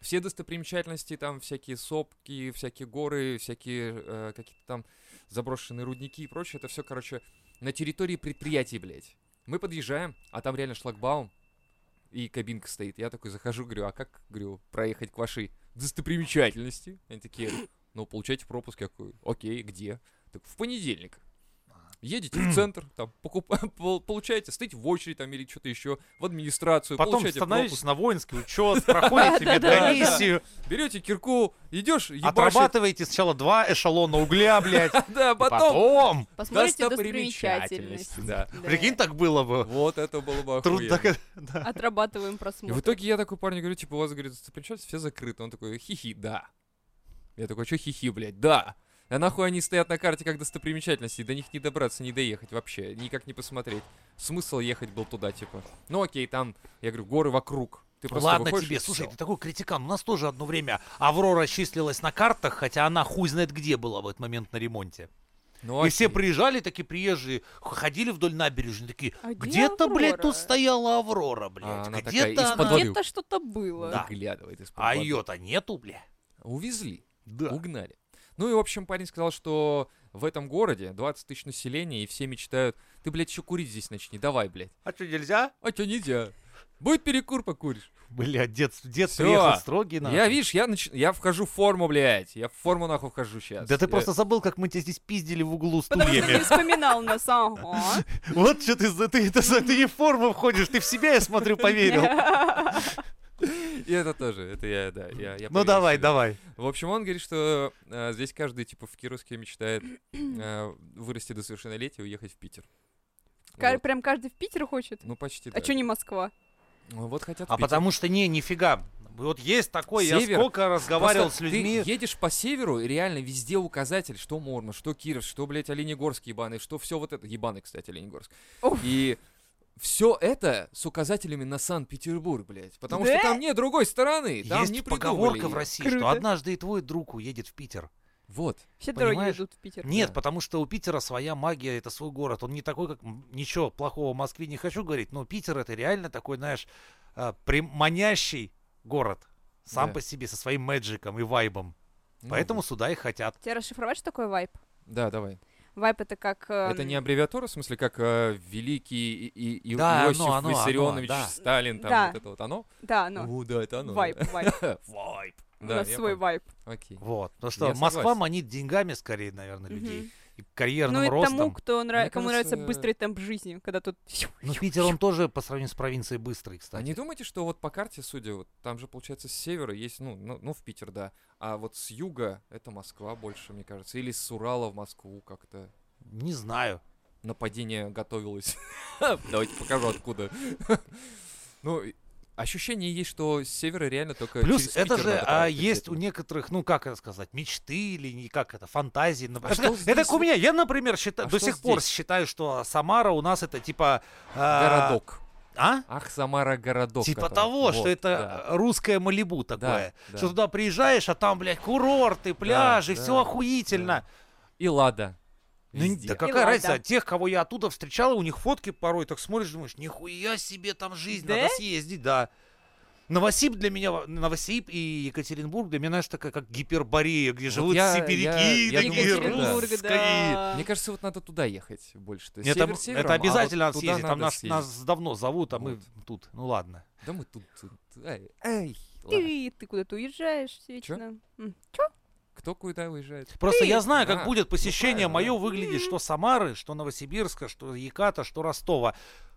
[SPEAKER 3] все достопримечательности, там всякие сопки, всякие горы, всякие э, какие-то там заброшенные рудники и прочее, это все, короче, на территории предприятий, блядь. Мы подъезжаем, а там реально шлагбаум и кабинка стоит. Я такой захожу, говорю, а как, говорю, проехать к вашей достопримечательности? Они такие, ну, получайте пропуск. Я такой, окей, где? Так, в понедельник. Едете в центр, там, покуп- пол- получаете, стоите в очередь там или что-то еще, в администрацию,
[SPEAKER 2] Потом
[SPEAKER 3] получаете пропуск.
[SPEAKER 2] становитесь на воинский учет, проходите медкомиссию,
[SPEAKER 3] Берете кирку, идешь, ебашит.
[SPEAKER 2] отрабатываете сначала два эшелона угля, блядь,
[SPEAKER 3] Да, потом.
[SPEAKER 2] потом.
[SPEAKER 1] Посмотрите
[SPEAKER 3] достопримечательности,
[SPEAKER 1] достопримечательности.
[SPEAKER 3] да.
[SPEAKER 1] Да.
[SPEAKER 2] Прикинь, так было бы.
[SPEAKER 3] Вот это было бы
[SPEAKER 2] Труд-
[SPEAKER 3] охуенно.
[SPEAKER 2] так- да.
[SPEAKER 1] Отрабатываем
[SPEAKER 3] И в
[SPEAKER 1] просмотр.
[SPEAKER 3] итоге я такой парню говорю, типа, у вас, говорит, достопримечательности все закрыты. Он такой, хихи, да. Я такой, что хихи, блядь, да. А нахуй они стоят на карте как достопримечательности, до них не добраться, не доехать вообще, никак не посмотреть. Смысл ехать был туда, типа. Ну окей, там, я говорю, горы вокруг. Ты просто
[SPEAKER 2] Ладно
[SPEAKER 3] выходишь и
[SPEAKER 2] тебе,
[SPEAKER 3] всё.
[SPEAKER 2] слушай, ты такой критикан. У нас тоже одно время Аврора числилась на картах, хотя она хуй знает где была в этот момент на ремонте.
[SPEAKER 3] Ну,
[SPEAKER 2] И все
[SPEAKER 3] окей.
[SPEAKER 2] приезжали, такие приезжие, х- ходили вдоль набережной, такие,
[SPEAKER 1] А где
[SPEAKER 2] где-то, блядь,
[SPEAKER 1] Аврора?»
[SPEAKER 2] тут стояла Аврора,
[SPEAKER 3] А
[SPEAKER 2] блядь,
[SPEAKER 3] она такая,
[SPEAKER 2] где-то
[SPEAKER 3] из-под
[SPEAKER 2] она-
[SPEAKER 3] воды.
[SPEAKER 1] Где-то что-то было.
[SPEAKER 2] Да.
[SPEAKER 3] Выглядывает из-под
[SPEAKER 2] А
[SPEAKER 3] воды.
[SPEAKER 2] ее-то нету, бля.
[SPEAKER 3] Увезли.
[SPEAKER 2] Да.
[SPEAKER 3] Угнали. Ну и, в общем, парень сказал, что в этом городе 20 тысяч населения, и все мечтают, ты, блядь, еще курить здесь начни, давай, блядь.
[SPEAKER 2] А что, нельзя?
[SPEAKER 3] А чё нельзя? Будет перекур, покуришь.
[SPEAKER 2] Бля, дед, дед
[SPEAKER 3] Всё.
[SPEAKER 2] приехал строгий, нахуй.
[SPEAKER 3] Я, видишь, я, нач- я вхожу в форму, блядь. Я в форму нахуй вхожу Э, сейчас.
[SPEAKER 2] Да ты просто забыл, как мы тебя здесь пиздили в углу
[SPEAKER 1] Потому что не
[SPEAKER 2] стульями.
[SPEAKER 1] вспоминал нас, ага.
[SPEAKER 2] Вот что ты, за- ты, это за- ты не в форму входишь, ты в себя, я смотрю, поверил.
[SPEAKER 3] И это тоже, это я, да. Я, я
[SPEAKER 2] Ну
[SPEAKER 3] поверил
[SPEAKER 2] давай,
[SPEAKER 3] себе.
[SPEAKER 2] давай.
[SPEAKER 3] В общем, он говорит, что э, здесь каждый, типа, в Кировске мечтает э, вырасти до совершеннолетия и уехать в Питер.
[SPEAKER 1] Ка-
[SPEAKER 3] Вот.
[SPEAKER 1] Прям каждый в Питер хочет.
[SPEAKER 3] Ну, почти
[SPEAKER 1] А
[SPEAKER 3] так.
[SPEAKER 1] чё не Москва?
[SPEAKER 3] Ну, Вот хотят в
[SPEAKER 2] А
[SPEAKER 3] Питер.
[SPEAKER 2] потому что не, нифига. Вот есть такое, я
[SPEAKER 3] Север.
[SPEAKER 2] сколько разговаривал
[SPEAKER 3] Просто
[SPEAKER 2] с людьми.
[SPEAKER 3] Ты едешь по северу, и реально везде указатель, что Мурманск, что Киров, что, блядь, Оленегорск ебаный, что все вот это. Ебаный, кстати, Оленегорск.
[SPEAKER 1] Уф.
[SPEAKER 3] И все это с указателями на Санкт-Петербург, блядь. Потому
[SPEAKER 1] Да?
[SPEAKER 3] что там нет другой стороны. Там
[SPEAKER 2] Есть
[SPEAKER 3] не
[SPEAKER 2] поговорка
[SPEAKER 3] придумали
[SPEAKER 2] в
[SPEAKER 3] её.
[SPEAKER 2] России, что
[SPEAKER 1] Круто.
[SPEAKER 2] однажды и твой друг уедет в Питер.
[SPEAKER 3] Вот.
[SPEAKER 1] Все дороги
[SPEAKER 2] Понимаешь?
[SPEAKER 1] ведут в Питер.
[SPEAKER 2] Нет,
[SPEAKER 3] Да.
[SPEAKER 2] потому что у Питера своя магия, это свой город. Он не такой, как м, ничего плохого в Москве не хочу говорить, но Питер это реально такой, знаешь, а, прям манящий город. Сам
[SPEAKER 3] Да.
[SPEAKER 2] по себе, со своим мэджиком и вайбом.
[SPEAKER 3] Ну,
[SPEAKER 2] Поэтому сюда и хотят.
[SPEAKER 1] Тебе расшифровать, что такое вайп?
[SPEAKER 3] Да, давай.
[SPEAKER 1] Вайп это как... эм,
[SPEAKER 3] Это не аббревиатура, в смысле, как э, великий и, и- и-
[SPEAKER 2] Да, оно,
[SPEAKER 3] Иосиф
[SPEAKER 2] оно, оно,
[SPEAKER 3] Виссарионович
[SPEAKER 2] да.
[SPEAKER 3] Сталин, там
[SPEAKER 1] Да.
[SPEAKER 3] вот это вот оно.
[SPEAKER 1] Да, ну,
[SPEAKER 3] О, да, это оно. да.
[SPEAKER 1] вайп, вайп.
[SPEAKER 2] Вайб.
[SPEAKER 1] У
[SPEAKER 3] Да,
[SPEAKER 1] нас
[SPEAKER 3] я
[SPEAKER 1] свой
[SPEAKER 3] понял.
[SPEAKER 1] вайп.
[SPEAKER 3] Окей.
[SPEAKER 2] Вот. Потому что
[SPEAKER 3] Я
[SPEAKER 2] Москва
[SPEAKER 3] согласен.
[SPEAKER 2] манит деньгами скорее, наверное, людей.
[SPEAKER 1] Мгм.
[SPEAKER 2] И
[SPEAKER 1] Ну
[SPEAKER 2] карьерным
[SPEAKER 1] и
[SPEAKER 2] ростом.
[SPEAKER 1] тому, кто нра-
[SPEAKER 3] Мне
[SPEAKER 1] кому нравится
[SPEAKER 3] кажется, Ну,
[SPEAKER 1] быстрый темп жизни, когда тут...
[SPEAKER 2] Но Ну, Питер, он тоже по сравнению с провинцией быстрый,
[SPEAKER 3] А
[SPEAKER 2] кстати.
[SPEAKER 3] не думаете, что вот по карте, судя, вот там же, получается, с севера есть, ну, ну, ну, в Питер, да, а вот с юга это Москва больше, мне кажется, или с Урала в Москву как-то
[SPEAKER 2] Не знаю.
[SPEAKER 3] нападение готовилось. Давайте покажу, откуда. Ну, и ощущение есть, что с севера реально только
[SPEAKER 2] Плюс
[SPEAKER 3] через
[SPEAKER 2] это
[SPEAKER 3] Питер
[SPEAKER 2] же
[SPEAKER 3] надо
[SPEAKER 2] а,
[SPEAKER 3] проехать
[SPEAKER 2] есть у
[SPEAKER 3] где-то.
[SPEAKER 2] некоторых, ну как это сказать, мечты или не как это, фантазии. нап-
[SPEAKER 3] А
[SPEAKER 2] это,
[SPEAKER 3] что
[SPEAKER 2] как- это
[SPEAKER 3] здесь
[SPEAKER 2] как у
[SPEAKER 3] вот-
[SPEAKER 2] меня. Я, например, считаю,
[SPEAKER 3] А
[SPEAKER 2] до
[SPEAKER 3] что
[SPEAKER 2] сих пор
[SPEAKER 3] здесь?
[SPEAKER 2] считаю, что Самара у нас это типа... а,
[SPEAKER 3] Городок.
[SPEAKER 2] А?
[SPEAKER 3] Ах, Самара городок.
[SPEAKER 2] Типа
[SPEAKER 3] который-
[SPEAKER 2] того,
[SPEAKER 3] вот,
[SPEAKER 2] что это
[SPEAKER 3] да.
[SPEAKER 2] э, русское Малибу такое.
[SPEAKER 3] да.
[SPEAKER 2] Что туда приезжаешь, а там, блядь, курорты, пляжи,
[SPEAKER 3] да,
[SPEAKER 2] все охуительно.
[SPEAKER 3] И Лада.
[SPEAKER 2] Ну, не-
[SPEAKER 3] Везде.
[SPEAKER 2] да какая
[SPEAKER 1] И ладно.
[SPEAKER 2] разница, тех, кого я оттуда встречал, у них фотки порой, так смотришь, думаешь, нихуя себе там жизнь,
[SPEAKER 1] Да?
[SPEAKER 2] надо съездить, да. Новосиб для меня, во- Новосиб и Екатеринбург для меня, знаешь, такая как гиперборея, где живут
[SPEAKER 3] я-
[SPEAKER 2] сибиряки,
[SPEAKER 3] я- я
[SPEAKER 2] такие
[SPEAKER 3] думаю, что да.
[SPEAKER 1] Екатеринбург,
[SPEAKER 2] русские.
[SPEAKER 1] да.
[SPEAKER 3] Мне кажется, вот надо туда ехать больше. То есть
[SPEAKER 2] Нет, а там-
[SPEAKER 3] север севером,
[SPEAKER 2] это
[SPEAKER 3] а вот
[SPEAKER 2] обязательно надо
[SPEAKER 3] туда
[SPEAKER 2] съездить, там
[SPEAKER 3] надо
[SPEAKER 2] нас,
[SPEAKER 3] съездить.
[SPEAKER 2] нас давно зовут, а мы тут, ну ладно.
[SPEAKER 3] Да мы тут. тут. Ай, ай, ладно.
[SPEAKER 1] Ты, ты куда-то уезжаешь вечно. М. Чё?
[SPEAKER 3] Кто куда уезжает?
[SPEAKER 2] Просто
[SPEAKER 1] Ты-
[SPEAKER 2] я знаю, как
[SPEAKER 3] Да, Ну,
[SPEAKER 2] будет посещение
[SPEAKER 3] правильно,
[SPEAKER 2] мое
[SPEAKER 3] да.
[SPEAKER 2] выглядеть, что Самары, что Новосибирска, что Яката, что Ростова.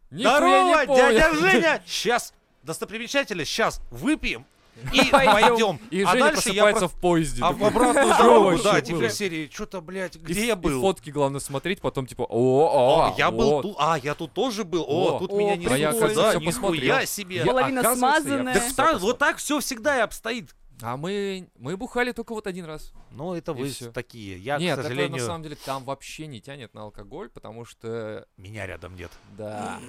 [SPEAKER 3] Нихуя
[SPEAKER 2] Здорово,
[SPEAKER 3] не помню.
[SPEAKER 2] дядя Женя! Сейчас, достопримечатели, сейчас выпьем и пойдем.
[SPEAKER 3] И
[SPEAKER 2] а
[SPEAKER 3] Женя
[SPEAKER 2] дальше я
[SPEAKER 3] просыпается в поезде.
[SPEAKER 2] про- а в
[SPEAKER 3] такой,
[SPEAKER 2] обратную
[SPEAKER 3] «Что
[SPEAKER 2] дорогу,
[SPEAKER 3] вообще
[SPEAKER 2] да,
[SPEAKER 3] было?»
[SPEAKER 2] теперь серии, что-то, блядь,
[SPEAKER 3] И
[SPEAKER 2] где
[SPEAKER 3] ф-
[SPEAKER 2] я
[SPEAKER 3] и
[SPEAKER 2] был?
[SPEAKER 3] фотки главное смотреть, потом типа, о,
[SPEAKER 2] О, я был тут, а, я тут тоже был, о,
[SPEAKER 3] О,
[SPEAKER 2] тут
[SPEAKER 1] о,
[SPEAKER 2] меня не
[SPEAKER 1] а я,
[SPEAKER 2] сдуло,
[SPEAKER 1] оказывается,
[SPEAKER 2] да,
[SPEAKER 3] всё
[SPEAKER 2] нихуя
[SPEAKER 3] посмотрел.
[SPEAKER 2] себе.
[SPEAKER 1] Я- Половина смазанная.
[SPEAKER 2] Да та- вот так все всегда и обстоит.
[SPEAKER 3] А мы, мы бухали только вот один раз.
[SPEAKER 2] Ну, это
[SPEAKER 3] И
[SPEAKER 2] вы
[SPEAKER 3] всё.
[SPEAKER 2] такие, я,
[SPEAKER 3] Нет,
[SPEAKER 2] к
[SPEAKER 3] это на
[SPEAKER 2] сожалению,
[SPEAKER 3] самом деле там вообще не тянет на алкоголь, потому что,
[SPEAKER 2] меня рядом нет.
[SPEAKER 3] да,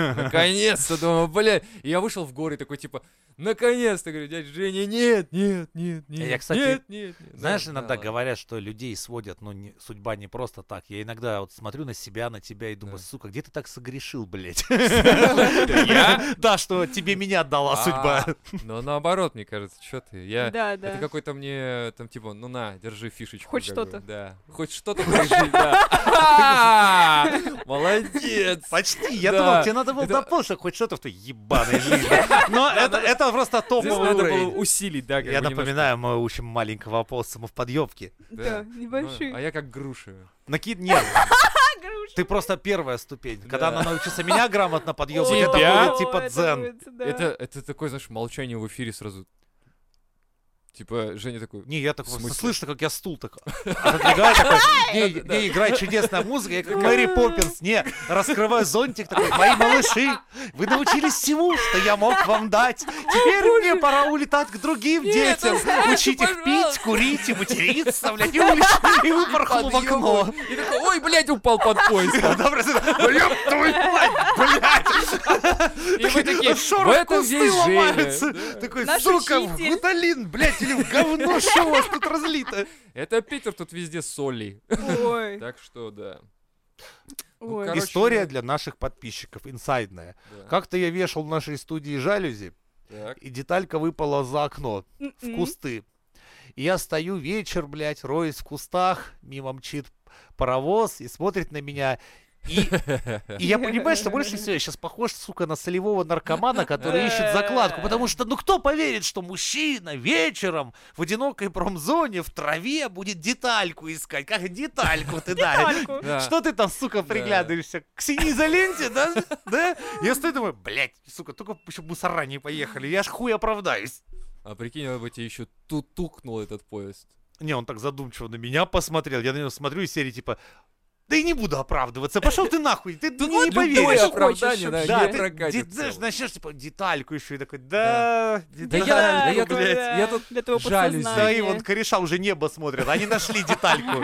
[SPEAKER 3] наконец-то, думаю, бля, И я вышел в горы такой, типа, наконец-то, говорю, дядя Женя, нет, нет, нет, нет,
[SPEAKER 2] кстати,
[SPEAKER 3] нет, нет, нет».
[SPEAKER 2] Знаешь,
[SPEAKER 3] Да,
[SPEAKER 2] иногда
[SPEAKER 3] да,
[SPEAKER 2] говорят, что людей сводят, но не- судьба не просто так. Я иногда вот смотрю на себя, на тебя и думаю,
[SPEAKER 3] Да.
[SPEAKER 2] сука, где ты так согрешил, блядь?
[SPEAKER 3] Я?
[SPEAKER 2] Да, что тебе меня отдала
[SPEAKER 3] А,
[SPEAKER 2] судьба.
[SPEAKER 3] Но наоборот, мне кажется, что ты, я...
[SPEAKER 1] Да,
[SPEAKER 3] Это
[SPEAKER 1] да.
[SPEAKER 3] какой-то мне там типа, ну на, держи фишечку.
[SPEAKER 1] Хоть
[SPEAKER 3] как бы,
[SPEAKER 1] что-то.
[SPEAKER 3] Да. Хоть что-то держи, да. Молодец.
[SPEAKER 2] Почти, я
[SPEAKER 3] Да.
[SPEAKER 2] думал, тебе надо было
[SPEAKER 3] Это-
[SPEAKER 2] допустить что хоть что-то в той ебаной жизни. Но это это просто
[SPEAKER 3] Здесь
[SPEAKER 2] топовый
[SPEAKER 3] надо было
[SPEAKER 2] уровень.
[SPEAKER 3] усилить, да, как
[SPEAKER 2] Я
[SPEAKER 3] бы немножко.
[SPEAKER 2] напоминаю, мы учим маленького опоссума в подъебке.
[SPEAKER 1] Да,
[SPEAKER 3] Да. Ну, А
[SPEAKER 1] небольшие.
[SPEAKER 3] я как груши.
[SPEAKER 2] Накид нет,
[SPEAKER 1] А, груша.
[SPEAKER 2] ты просто первая ступень. Когда
[SPEAKER 3] Да.
[SPEAKER 2] она научится меня грамотно подъебывать, это
[SPEAKER 3] Тебя?
[SPEAKER 2] будет типа
[SPEAKER 1] это
[SPEAKER 2] дзен.
[SPEAKER 1] будет, да.
[SPEAKER 3] Это, это такое, знаешь, молчание в эфире сразу. Типа, Женя такой,
[SPEAKER 2] Не, я так
[SPEAKER 3] В
[SPEAKER 2] просто
[SPEAKER 3] смысле?
[SPEAKER 2] слышно, как я стул так отодвигаю, такой, не, не, играет чудесная музыка, я как Мэри Поппинс, не, раскрываю зонтик, такой, мои малыши, вы научились всему, что я мог вам дать, теперь мне пора улетать к другим
[SPEAKER 3] Нет,
[SPEAKER 2] детям,
[SPEAKER 3] оставьте,
[SPEAKER 2] учить их пить,
[SPEAKER 3] пожалуйста.
[SPEAKER 2] курить и материться, блядь, и улетел, и выпорхнул в окно.
[SPEAKER 3] «Подъёбывай». И такой, ой, блядь, упал под поезд.
[SPEAKER 2] Да, просто, Блядь, твою мать, блядь!
[SPEAKER 3] И мы такие, в
[SPEAKER 2] Шорох
[SPEAKER 3] этом
[SPEAKER 2] кусты
[SPEAKER 3] здесь
[SPEAKER 2] ломаются.
[SPEAKER 3] Женя. Да.
[SPEAKER 2] Такой,
[SPEAKER 1] Наши
[SPEAKER 2] сука, в
[SPEAKER 1] чити».
[SPEAKER 2] гуталин, блядь, или в говно, что у вас тут разлито?
[SPEAKER 3] Это Питер, тут везде соли.
[SPEAKER 1] Ой,
[SPEAKER 3] Так что, да. ну,
[SPEAKER 1] ой.
[SPEAKER 3] короче,
[SPEAKER 2] История
[SPEAKER 3] да.
[SPEAKER 2] для наших подписчиков, инсайдная.
[SPEAKER 3] да.
[SPEAKER 2] Как-то я вешал в нашей студии жалюзи,
[SPEAKER 3] Так.
[SPEAKER 2] и деталька выпала за окно. в
[SPEAKER 1] М-м.
[SPEAKER 2] кусты. И я стою вечер, блядь, роюсь в кустах, мимо мчит паровоз и смотрит на меня. И, и я понимаю, что больше всего я сейчас похож, сука, на солевого наркомана, который ищет закладку. Потому что, ну кто поверит, что мужчина вечером в одинокой промзоне в траве будет детальку искать? Как детальку ты, да?
[SPEAKER 1] Тальку.
[SPEAKER 3] Да.
[SPEAKER 2] Что ты там, сука,
[SPEAKER 3] Да.
[SPEAKER 2] приглядываешься? К синей изоленте, да? Да? Я стою думаю, блядь, сука, только еще мусора не поехали, я ж хуй оправдаюсь.
[SPEAKER 3] А прикинь, он бы тебе еще тутукнул этот поезд.
[SPEAKER 2] Не, он так задумчиво на меня посмотрел. Я на него смотрю из серии типа... Да и не буду оправдываться. Пошел ты нахуй, ты мне не
[SPEAKER 3] Любое
[SPEAKER 2] поверишь.
[SPEAKER 3] оправдание, да,
[SPEAKER 2] Да,
[SPEAKER 3] не
[SPEAKER 2] ты
[SPEAKER 3] прокатит.
[SPEAKER 2] де-
[SPEAKER 3] в
[SPEAKER 2] знаешь,
[SPEAKER 3] целом.
[SPEAKER 2] начнешь типа детальку еще и такой, да,
[SPEAKER 3] Да я- да я
[SPEAKER 2] детальку,
[SPEAKER 3] тут-
[SPEAKER 2] блядь.
[SPEAKER 3] я тут
[SPEAKER 1] для твоего
[SPEAKER 2] Да
[SPEAKER 3] жалюзи.
[SPEAKER 2] и
[SPEAKER 1] подсознания.
[SPEAKER 2] вон кореша уже небо смотрят, они нашли детальку.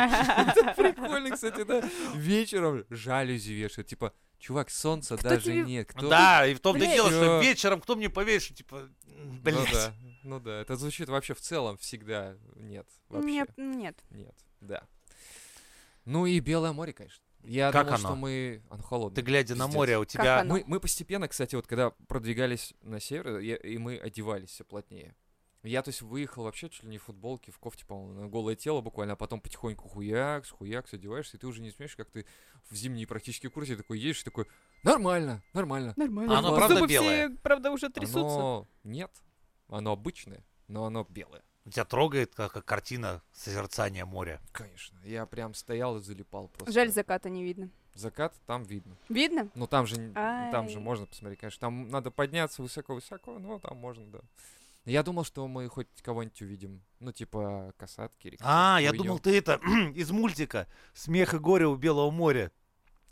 [SPEAKER 3] Прикольно, кстати, да. Вечером жалюзи вешают. Типа, чувак, солнца даже
[SPEAKER 1] тебе-
[SPEAKER 3] нет. Кто-
[SPEAKER 2] Да, и в том-то и
[SPEAKER 1] Блядь.
[SPEAKER 2] дело, что
[SPEAKER 3] Да.
[SPEAKER 2] вечером кто мне поверит, что типа, м,
[SPEAKER 3] Ну
[SPEAKER 2] блядь.
[SPEAKER 3] да, ну да, это звучит вообще в целом всегда нет. Вообще.
[SPEAKER 1] Нет, нет.
[SPEAKER 3] Нет, да. Ну и Белое море, конечно. Я
[SPEAKER 2] Как
[SPEAKER 3] думал,
[SPEAKER 2] оно?
[SPEAKER 3] что мы... Оно холодное.
[SPEAKER 2] Ты глядя на
[SPEAKER 3] Пиздец.
[SPEAKER 2] море, а у
[SPEAKER 1] Как
[SPEAKER 2] тебя...
[SPEAKER 1] оно?
[SPEAKER 3] Мы, мы постепенно, кстати, вот когда продвигались на север, я- и мы одевались все плотнее. Я, то есть, выехал вообще чуть ли не в футболке, в кофте, по-моему, на голое тело буквально, а потом потихоньку хуякс, хуякс одеваешься, и ты уже не смеешь, как ты в зимней практически курсе такой едешь, и такой, нормально, нормально.
[SPEAKER 1] Нормально.
[SPEAKER 3] Оно
[SPEAKER 1] Зубы
[SPEAKER 2] правда
[SPEAKER 1] все,
[SPEAKER 2] белое?
[SPEAKER 1] правда, уже трясутся.
[SPEAKER 3] Оно... Нет, оно обычное, но оно белое.
[SPEAKER 2] У тебя трогает как как картина созерцания моря.
[SPEAKER 3] Конечно, я прям стоял и залипал просто.
[SPEAKER 1] Жаль, заката не видно.
[SPEAKER 3] Закат там видно.
[SPEAKER 1] Видно?
[SPEAKER 3] Ну там же, н- ну, там же
[SPEAKER 1] Ай.
[SPEAKER 3] можно посмотреть, конечно. Там надо подняться высоко-высоко, но там можно, да. Я думал, что мы хоть кого-нибудь увидим. Ну, типа касатки или
[SPEAKER 2] А,
[SPEAKER 3] кто-нибудь
[SPEAKER 2] я
[SPEAKER 3] уйдёт.
[SPEAKER 2] думал, ты это из мультика «Смех и горе у Белого моря».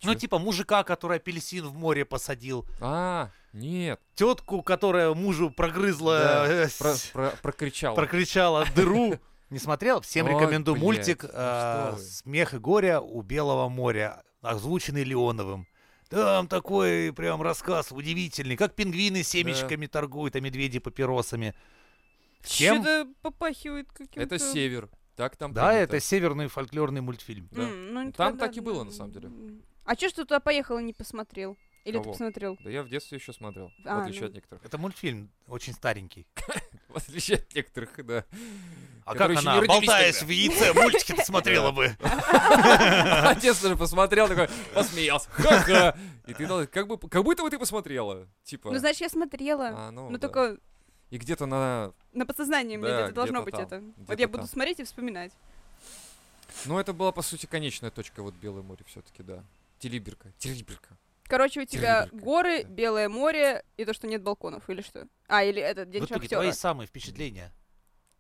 [SPEAKER 2] Ну,
[SPEAKER 3] Чё?
[SPEAKER 2] типа мужика, который апельсин в море посадил,
[SPEAKER 3] А, нет.
[SPEAKER 2] тетку, которая мужу прогрызла,
[SPEAKER 3] Да,
[SPEAKER 2] э,
[SPEAKER 3] про-
[SPEAKER 2] с-
[SPEAKER 3] про- прокричал.
[SPEAKER 2] прокричала дыру. Не смотрел? Всем
[SPEAKER 3] Ой,
[SPEAKER 2] рекомендую
[SPEAKER 3] блядь,
[SPEAKER 2] мультик
[SPEAKER 3] ну
[SPEAKER 2] э,
[SPEAKER 3] что вы.
[SPEAKER 2] «Смех и горе у Белого моря», озвученный Леоновым. Там такой прям рассказ удивительный, как пингвины семечками торгуют, а медведи папиросами. Всем-
[SPEAKER 1] Что-то попахивает каким-то...
[SPEAKER 3] Это север. Так там
[SPEAKER 2] Да,
[SPEAKER 3] принято.
[SPEAKER 2] это северный фольклорный мультфильм.
[SPEAKER 3] Да.
[SPEAKER 1] М, ну,
[SPEAKER 3] Там
[SPEAKER 1] тогда
[SPEAKER 3] так и было, на самом деле.
[SPEAKER 1] м. А чё ж ты туда поехал и не посмотрел? Или
[SPEAKER 3] Кого?
[SPEAKER 1] ты посмотрел?
[SPEAKER 3] Да я в детстве еще смотрел, в
[SPEAKER 1] А,
[SPEAKER 3] отличие
[SPEAKER 1] ну.
[SPEAKER 3] от некоторых.
[SPEAKER 2] Это мультфильм очень старенький.
[SPEAKER 3] В отличие от некоторых, да.
[SPEAKER 2] А как
[SPEAKER 3] которые ещё не
[SPEAKER 2] она,
[SPEAKER 3] родились
[SPEAKER 2] болтаясь в
[SPEAKER 3] тогда.
[SPEAKER 2] яйце, мультики смотрела бы?
[SPEAKER 3] А Отец даже посмотрел, такой, посмеялся. Ха-ха. И ты дал- как бы, как будто бы ты посмотрела. Типа.
[SPEAKER 1] Ну, знаешь, я смотрела.
[SPEAKER 3] а, ну,
[SPEAKER 1] Ну,
[SPEAKER 3] да.
[SPEAKER 1] только
[SPEAKER 3] И где-то на...
[SPEAKER 1] на подсознании у меня
[SPEAKER 3] Да,
[SPEAKER 1] где-то должно
[SPEAKER 3] где-то
[SPEAKER 1] быть
[SPEAKER 3] там,
[SPEAKER 1] это. Вот
[SPEAKER 3] где-то
[SPEAKER 1] я буду
[SPEAKER 3] там.
[SPEAKER 1] смотреть и вспоминать.
[SPEAKER 3] Ну, это была, по сути, конечная точка, вот Белое море все таки да. Телиберка. Телиберка.
[SPEAKER 1] Короче, у тебя
[SPEAKER 3] Телевизор,
[SPEAKER 1] горы,
[SPEAKER 3] да.
[SPEAKER 1] белое море и то, что нет балконов, или что? А, или этот день
[SPEAKER 2] В итоге
[SPEAKER 1] шахтера.
[SPEAKER 2] твои самые впечатления.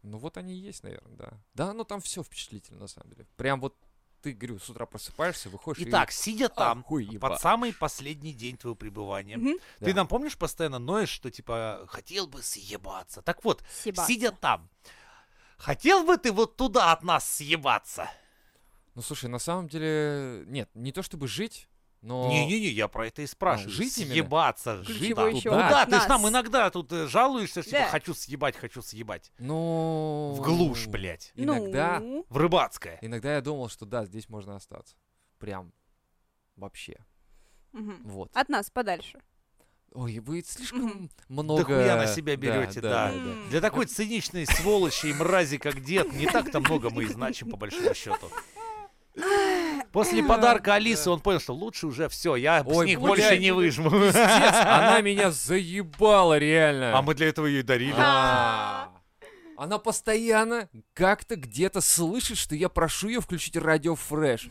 [SPEAKER 3] Ну, вот они и есть, наверное, да. Да, ну там все впечатлительно, на самом деле. Прям вот ты, говорю, с утра просыпаешься, выходишь
[SPEAKER 2] Итак, а, сидя
[SPEAKER 3] и...
[SPEAKER 2] там,
[SPEAKER 3] Охуеба.
[SPEAKER 2] под самый последний день твоего пребывания,
[SPEAKER 1] Мгм.
[SPEAKER 2] ты
[SPEAKER 3] Да.
[SPEAKER 2] нам помнишь постоянно ноешь, что типа хотел бы съебаться. Так вот,
[SPEAKER 1] Сиба.
[SPEAKER 2] сидя там, хотел бы ты вот туда от нас съебаться?
[SPEAKER 3] Ну, слушай, на самом деле... Нет, не то чтобы жить, но...
[SPEAKER 2] Не-не-не, я про это и спрашиваю.
[SPEAKER 3] жить именно?
[SPEAKER 2] съебаться, жить.
[SPEAKER 1] Ключевой
[SPEAKER 3] да.
[SPEAKER 1] еще
[SPEAKER 3] Ну
[SPEAKER 1] от
[SPEAKER 2] Да, ты
[SPEAKER 1] нас.
[SPEAKER 2] ж нам иногда тут э, жалуешься, что типа,
[SPEAKER 1] Да.
[SPEAKER 2] хочу съебать, хочу съебать.
[SPEAKER 3] Ну...
[SPEAKER 2] В глушь, блядь.
[SPEAKER 3] Иногда...
[SPEAKER 1] Ну,
[SPEAKER 2] В рыбацкое.
[SPEAKER 3] Иногда я думал, что да, здесь можно остаться. Прям вообще.
[SPEAKER 1] мгм.
[SPEAKER 3] Вот.
[SPEAKER 1] От нас подальше.
[SPEAKER 3] Ой, вы слишком
[SPEAKER 1] Мгм.
[SPEAKER 3] много...
[SPEAKER 2] Дохуя на себя берете, да.
[SPEAKER 1] М.
[SPEAKER 2] Для такой циничной сволочи и мрази, как дед, не так-то много мы и значим, по большому счету. После подарка Алисы он понял, что лучше уже все, я с
[SPEAKER 3] Ой,
[SPEAKER 2] них
[SPEAKER 3] блядь.
[SPEAKER 2] больше не выжму.
[SPEAKER 3] Пиздец, она меня заебала реально.
[SPEAKER 2] А мы для этого ее и дарили.
[SPEAKER 3] А. Она постоянно как-то где-то слышит, что я прошу ее включить радио Фрэш.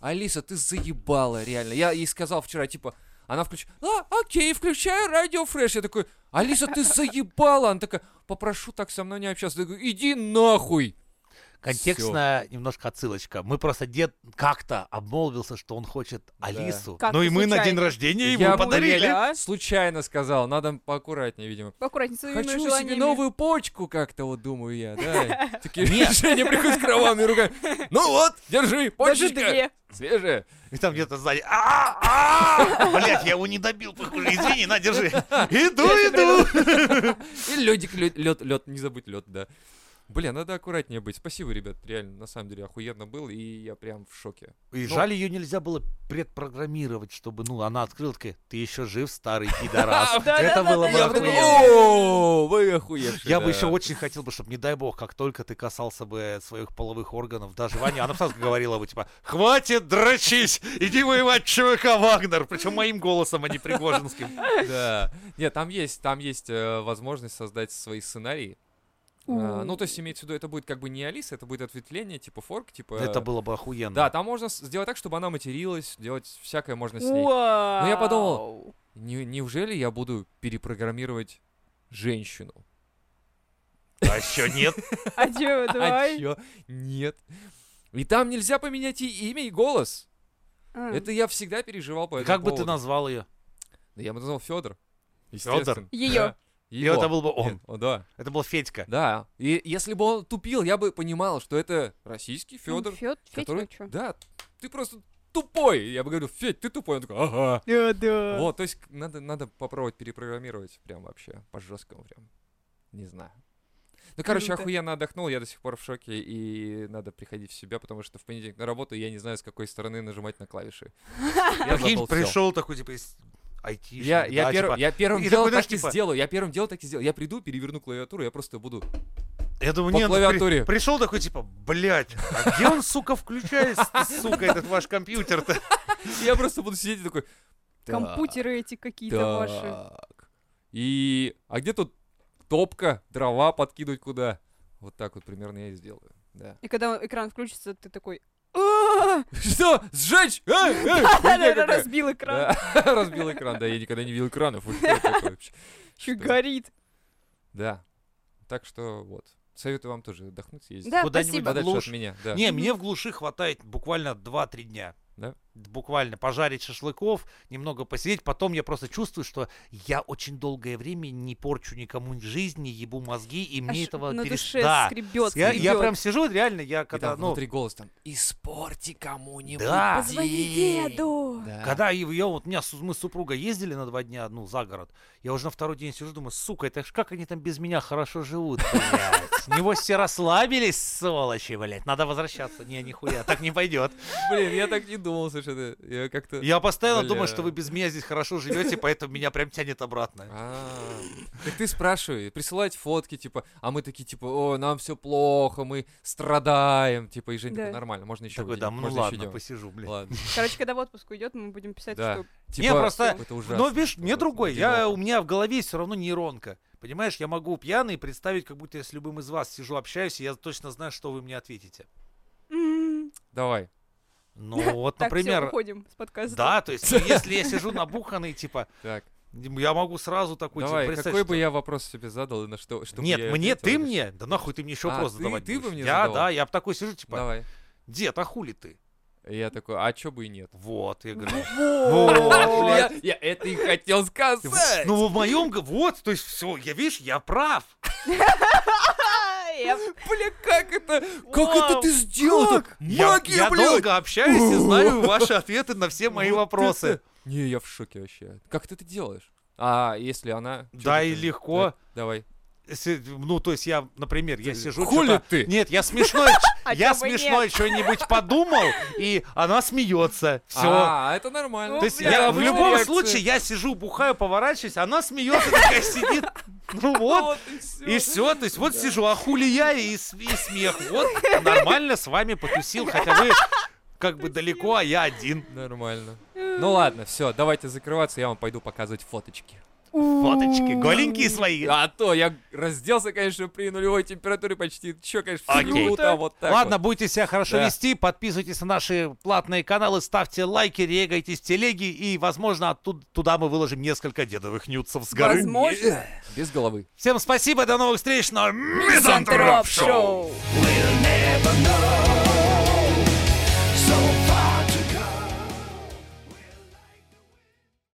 [SPEAKER 3] Алиса, ты заебала реально. Я ей сказал вчера, типа, она включила, а, окей, включаю радио Фрэш. Я такой, Алиса, ты заебала. Она такая, попрошу так со мной не общаться. Я говорю, иди нахуй.
[SPEAKER 2] Контекстная немножко отсылочка. Мы просто дед как-то обмолвился, что он хочет Алису.
[SPEAKER 1] Как-то
[SPEAKER 2] ну и мы на день
[SPEAKER 1] случайно.
[SPEAKER 2] рождения ему
[SPEAKER 1] Ну,
[SPEAKER 3] Я бы-
[SPEAKER 2] подарили.
[SPEAKER 1] Да.
[SPEAKER 3] Случайно сказал, надо поаккуратнее, видимо.
[SPEAKER 1] Аккуратнее, своими
[SPEAKER 3] Хочу себе
[SPEAKER 1] желаниями.
[SPEAKER 3] новую почку как-то, вот думаю я, да. Такие решения приходят с кровавыми руками. Ну вот, держи,
[SPEAKER 1] Даже
[SPEAKER 3] почечка,
[SPEAKER 1] две.
[SPEAKER 3] свежая.
[SPEAKER 2] И там где-то сзади. «А, а, Блядь, я его не добил, похоже. Извини, на, держи. Иду, иду.
[SPEAKER 3] И ледик, лед, лед, лед, не забудь лед, да. Бля, надо аккуратнее быть. Спасибо, ребят, реально, на самом деле, охуенно был, и я прям в шоке.
[SPEAKER 2] И
[SPEAKER 3] Ну.
[SPEAKER 2] жаль, ее нельзя было предпрограммировать, чтобы, ну, она открыла такая, ты еще жив, старый пидорас. Это
[SPEAKER 1] Да-да-да,
[SPEAKER 2] было бы
[SPEAKER 1] я
[SPEAKER 3] такой,
[SPEAKER 1] охуенно.
[SPEAKER 2] охуенно.
[SPEAKER 3] о, вы охуевшие.
[SPEAKER 2] Я
[SPEAKER 3] да.
[SPEAKER 2] бы еще очень хотел бы, чтобы, не дай бог, как только ты касался бы своих половых органов, даже Ваня, она сразу говорила бы, типа, хватит дрочись, иди воевать ЧВК Вагнер, причем моим голосом, а не Пригожинским.
[SPEAKER 3] Да. Нет, там есть, там есть э, возможность создать свои сценарии. А, Ну, то есть, имеется в виду, это будет как бы не Алиса, это будет ответвление, типа форк, типа...
[SPEAKER 2] Это было бы охуенно.
[SPEAKER 3] Да, там можно с- сделать так, чтобы она материлась, делать всякое можно с ней.
[SPEAKER 1] Вау.
[SPEAKER 3] Ну, я подумал. Не- неужели я буду перепрограммировать женщину?
[SPEAKER 2] А еще нет.
[SPEAKER 1] А чё,
[SPEAKER 3] А
[SPEAKER 1] давай?
[SPEAKER 3] чё? Нет. И там нельзя поменять и имя, и голос.
[SPEAKER 1] А.
[SPEAKER 3] Это я всегда переживал по этому
[SPEAKER 2] Как бы ты
[SPEAKER 3] поводу.
[SPEAKER 2] назвал ее?
[SPEAKER 3] Да я бы назвал Федор.
[SPEAKER 1] Её.
[SPEAKER 2] И это был бы он.
[SPEAKER 3] О, да.
[SPEAKER 2] Это был Федька.
[SPEAKER 3] Да. И если бы он тупил, я бы понимал, что это российский Федор,
[SPEAKER 1] Ну, Фёд- Федька,
[SPEAKER 3] который...
[SPEAKER 1] чё?
[SPEAKER 3] Да, ты просто тупой. Я бы говорю, Федь, ты тупой. Он такой, ага.
[SPEAKER 1] Да, да.
[SPEAKER 3] Вот, то есть надо, надо попробовать перепрограммировать прям вообще, по жесткому прям. Не знаю. Ну, короче,
[SPEAKER 1] Круто.
[SPEAKER 3] охуенно отдохнул, я до сих пор в шоке, и надо приходить в себя, потому что в понедельник на работу, и я не знаю, с какой стороны нажимать на клавиши. Я
[SPEAKER 2] Прикинь,
[SPEAKER 3] забыл всё.
[SPEAKER 2] пришел такой, типа, из айтишник,
[SPEAKER 3] Я, я,
[SPEAKER 2] да,
[SPEAKER 3] перв-
[SPEAKER 2] типа,
[SPEAKER 3] я первым
[SPEAKER 2] и такой,
[SPEAKER 3] делом
[SPEAKER 2] знаешь,
[SPEAKER 3] так и
[SPEAKER 2] типа-
[SPEAKER 3] сделаю, я первым делом так и сделаю. Я приду, переверну клавиатуру, я просто буду...
[SPEAKER 2] я думаю,
[SPEAKER 3] по
[SPEAKER 2] нет,
[SPEAKER 3] клавиатуре.
[SPEAKER 2] пришел такой, типа, блядь, а где он, сука, включает, сука, этот ваш компьютер-то?
[SPEAKER 3] Я просто буду сидеть и такой... «Так,
[SPEAKER 1] Компьютеры эти какие-то ваши.
[SPEAKER 3] так. И... А где тут топка, дрова подкидывать куда? Вот так вот примерно я и сделаю. Да.
[SPEAKER 1] И когда экран включится, ты такой... «А,
[SPEAKER 3] Что? Сжечь? Эй, эй, хуйня
[SPEAKER 1] наверное,
[SPEAKER 3] какая!»
[SPEAKER 1] Разбил экран.
[SPEAKER 3] Да, разбил экран, да, я никогда не видел экранов. Вы что, такое вообще?
[SPEAKER 1] Чё,
[SPEAKER 3] Что?
[SPEAKER 1] горит.
[SPEAKER 3] Да. Так что вот. Советую вам тоже отдохнуть, съездить.
[SPEAKER 1] Да,
[SPEAKER 2] Куда-нибудь
[SPEAKER 1] спасибо.
[SPEAKER 3] Подальше от
[SPEAKER 2] Глушь.
[SPEAKER 3] меня, да.
[SPEAKER 2] Не, мне в глуши хватает буквально 2-3 дня.
[SPEAKER 3] Да?
[SPEAKER 2] Буквально пожарить шашлыков, немного посидеть. Потом я просто чувствую, что я очень долгое время не порчу никому жизнь, не ебу мозги, и мне
[SPEAKER 1] Аж
[SPEAKER 2] этого
[SPEAKER 1] на
[SPEAKER 2] перес-
[SPEAKER 1] душе
[SPEAKER 2] Да.
[SPEAKER 1] скребет,
[SPEAKER 2] Я, я
[SPEAKER 1] скребет.
[SPEAKER 2] прям сижу, реально, я
[SPEAKER 3] И
[SPEAKER 2] когда,
[SPEAKER 3] там
[SPEAKER 2] ну,
[SPEAKER 3] внутри голос там, испорти кому-нибудь
[SPEAKER 2] Да.
[SPEAKER 1] Позвони
[SPEAKER 3] день».
[SPEAKER 1] деду.
[SPEAKER 3] Да.
[SPEAKER 2] Когда я, я вот, у меня, с- мы с супругой ездили на два дня, ну, за город, я уже на второй день сижу, думаю, сука, это ж как они там без меня хорошо живут, блядь. Небось все расслабились, сволочи, блядь, надо возвращаться. Не, нихуя, так не пойдет.
[SPEAKER 3] Блин, я так не думал совершенно. Я как-то...
[SPEAKER 2] Я постоянно думаю,
[SPEAKER 3] Бля.
[SPEAKER 2] что вы без меня здесь хорошо живете, поэтому меня прям тянет обратно.
[SPEAKER 3] А, Так ты спрашивай, присылать фотки, типа, а мы такие, типа, о, нам все плохо, мы страдаем, типа, и Жень такой,
[SPEAKER 1] Да.
[SPEAKER 3] нормально, можно еще
[SPEAKER 2] Такой, да, ну ладно, посижу, блядь.
[SPEAKER 3] Ладно.
[SPEAKER 1] Короче, когда в отпуск уйдет, мы будем писать,
[SPEAKER 3] Да.
[SPEAKER 1] что...
[SPEAKER 3] Типа,
[SPEAKER 2] просто-
[SPEAKER 3] это ужасно.
[SPEAKER 2] Но Ну, видишь, мне
[SPEAKER 3] просто
[SPEAKER 2] другой, я,
[SPEAKER 3] одиноко.
[SPEAKER 2] у меня в голове все равно нейронка. Понимаешь, я могу пьяный представить, как будто я с любым из вас сижу, общаюсь, и я точно знаю, что вы мне ответите.
[SPEAKER 1] «М,
[SPEAKER 3] Давай.
[SPEAKER 2] Ну
[SPEAKER 1] «М-м-м».
[SPEAKER 2] вот,
[SPEAKER 1] Так, все,
[SPEAKER 2] например,
[SPEAKER 1] уходим с подкаста.
[SPEAKER 2] Да, то есть, ну, если я сижу набуханный, типа,
[SPEAKER 3] Так,
[SPEAKER 2] я могу сразу такой, типа,
[SPEAKER 3] давай,
[SPEAKER 2] представь,
[SPEAKER 3] какой бы
[SPEAKER 2] что-
[SPEAKER 3] я вопрос себе задал и на что, что бы
[SPEAKER 2] Нет,
[SPEAKER 3] я
[SPEAKER 2] мне,
[SPEAKER 3] ответил,
[SPEAKER 2] ты
[SPEAKER 3] или
[SPEAKER 2] мне, да нахуй ты мне еще
[SPEAKER 3] А,
[SPEAKER 2] вопрос
[SPEAKER 3] ты-
[SPEAKER 2] задавать
[SPEAKER 3] ты бы
[SPEAKER 2] будешь?
[SPEAKER 3] мне
[SPEAKER 2] Я,
[SPEAKER 3] задавал?
[SPEAKER 2] да, я б такой сижу,
[SPEAKER 3] что?
[SPEAKER 2] типа,
[SPEAKER 3] Давай.
[SPEAKER 2] дед, а хули ты?
[SPEAKER 3] И Я такой, а чё бы и нет?
[SPEAKER 2] Вот, я говорю.
[SPEAKER 1] Вот.
[SPEAKER 3] Я, я это и хотел сказать.
[SPEAKER 2] Ну, в моем, вот, то есть, все, я, видишь, я прав.
[SPEAKER 1] А, я-
[SPEAKER 3] бля, как это? Как
[SPEAKER 1] Вау,
[SPEAKER 3] это ты сделал?
[SPEAKER 1] как?
[SPEAKER 2] Я-
[SPEAKER 3] Магия,
[SPEAKER 2] Я
[SPEAKER 3] блядь!
[SPEAKER 2] долго общаюсь и знаю ваши ответы на все мои
[SPEAKER 3] Вот
[SPEAKER 2] вопросы.
[SPEAKER 3] это- Не, я в шоке вообще. Как ты это делаешь? А если она... чё
[SPEAKER 2] Да
[SPEAKER 3] ты
[SPEAKER 2] и
[SPEAKER 3] там-
[SPEAKER 2] легко.
[SPEAKER 3] Да, Давай.
[SPEAKER 2] Если- Ну, то есть я, например, я
[SPEAKER 3] Ты-
[SPEAKER 2] сижу...
[SPEAKER 3] хули
[SPEAKER 2] чё-то-
[SPEAKER 3] ты?
[SPEAKER 2] Нет, я смешной,
[SPEAKER 1] А
[SPEAKER 2] я
[SPEAKER 1] чё бы нет?
[SPEAKER 2] смешной что-нибудь подумал, и она смеется. Все.
[SPEAKER 3] А, это нормально.
[SPEAKER 1] Ну,
[SPEAKER 2] То есть
[SPEAKER 1] бля,
[SPEAKER 2] я,
[SPEAKER 1] ну
[SPEAKER 2] в
[SPEAKER 1] вот
[SPEAKER 2] любом
[SPEAKER 1] реакция.
[SPEAKER 2] случае я сижу, бухаю, поворачиваюсь, она смеется, такая сидит. Ну вот. И все, то есть вот сижу, а хули я и, с- и смех. Вот нормально с вами потусил, хотя вы как бы далеко, а я один.
[SPEAKER 3] Нормально. Ну ладно, все, давайте закрываться, я вам пойду показывать фоточки.
[SPEAKER 2] Фоточки голенькие свои.
[SPEAKER 3] А то я разделся, конечно, при нулевой температуре почти. Че, конечно,
[SPEAKER 2] Окей.
[SPEAKER 3] фью, там вот так
[SPEAKER 2] Ладно,
[SPEAKER 3] вот.
[SPEAKER 2] будете себя хорошо
[SPEAKER 3] Да.
[SPEAKER 2] вести, подписывайтесь на наши платные каналы, ставьте лайки, регайтесь телеги, и, возможно, оттуда туда мы выложим несколько дедовых нюцев с горы.
[SPEAKER 1] Возможно.
[SPEAKER 3] Без головы.
[SPEAKER 2] Всем спасибо, до новых встреч на Мизантроп
[SPEAKER 1] Мизантроп
[SPEAKER 2] Шоу!
[SPEAKER 1] шоу.
[SPEAKER 4] We'll never know.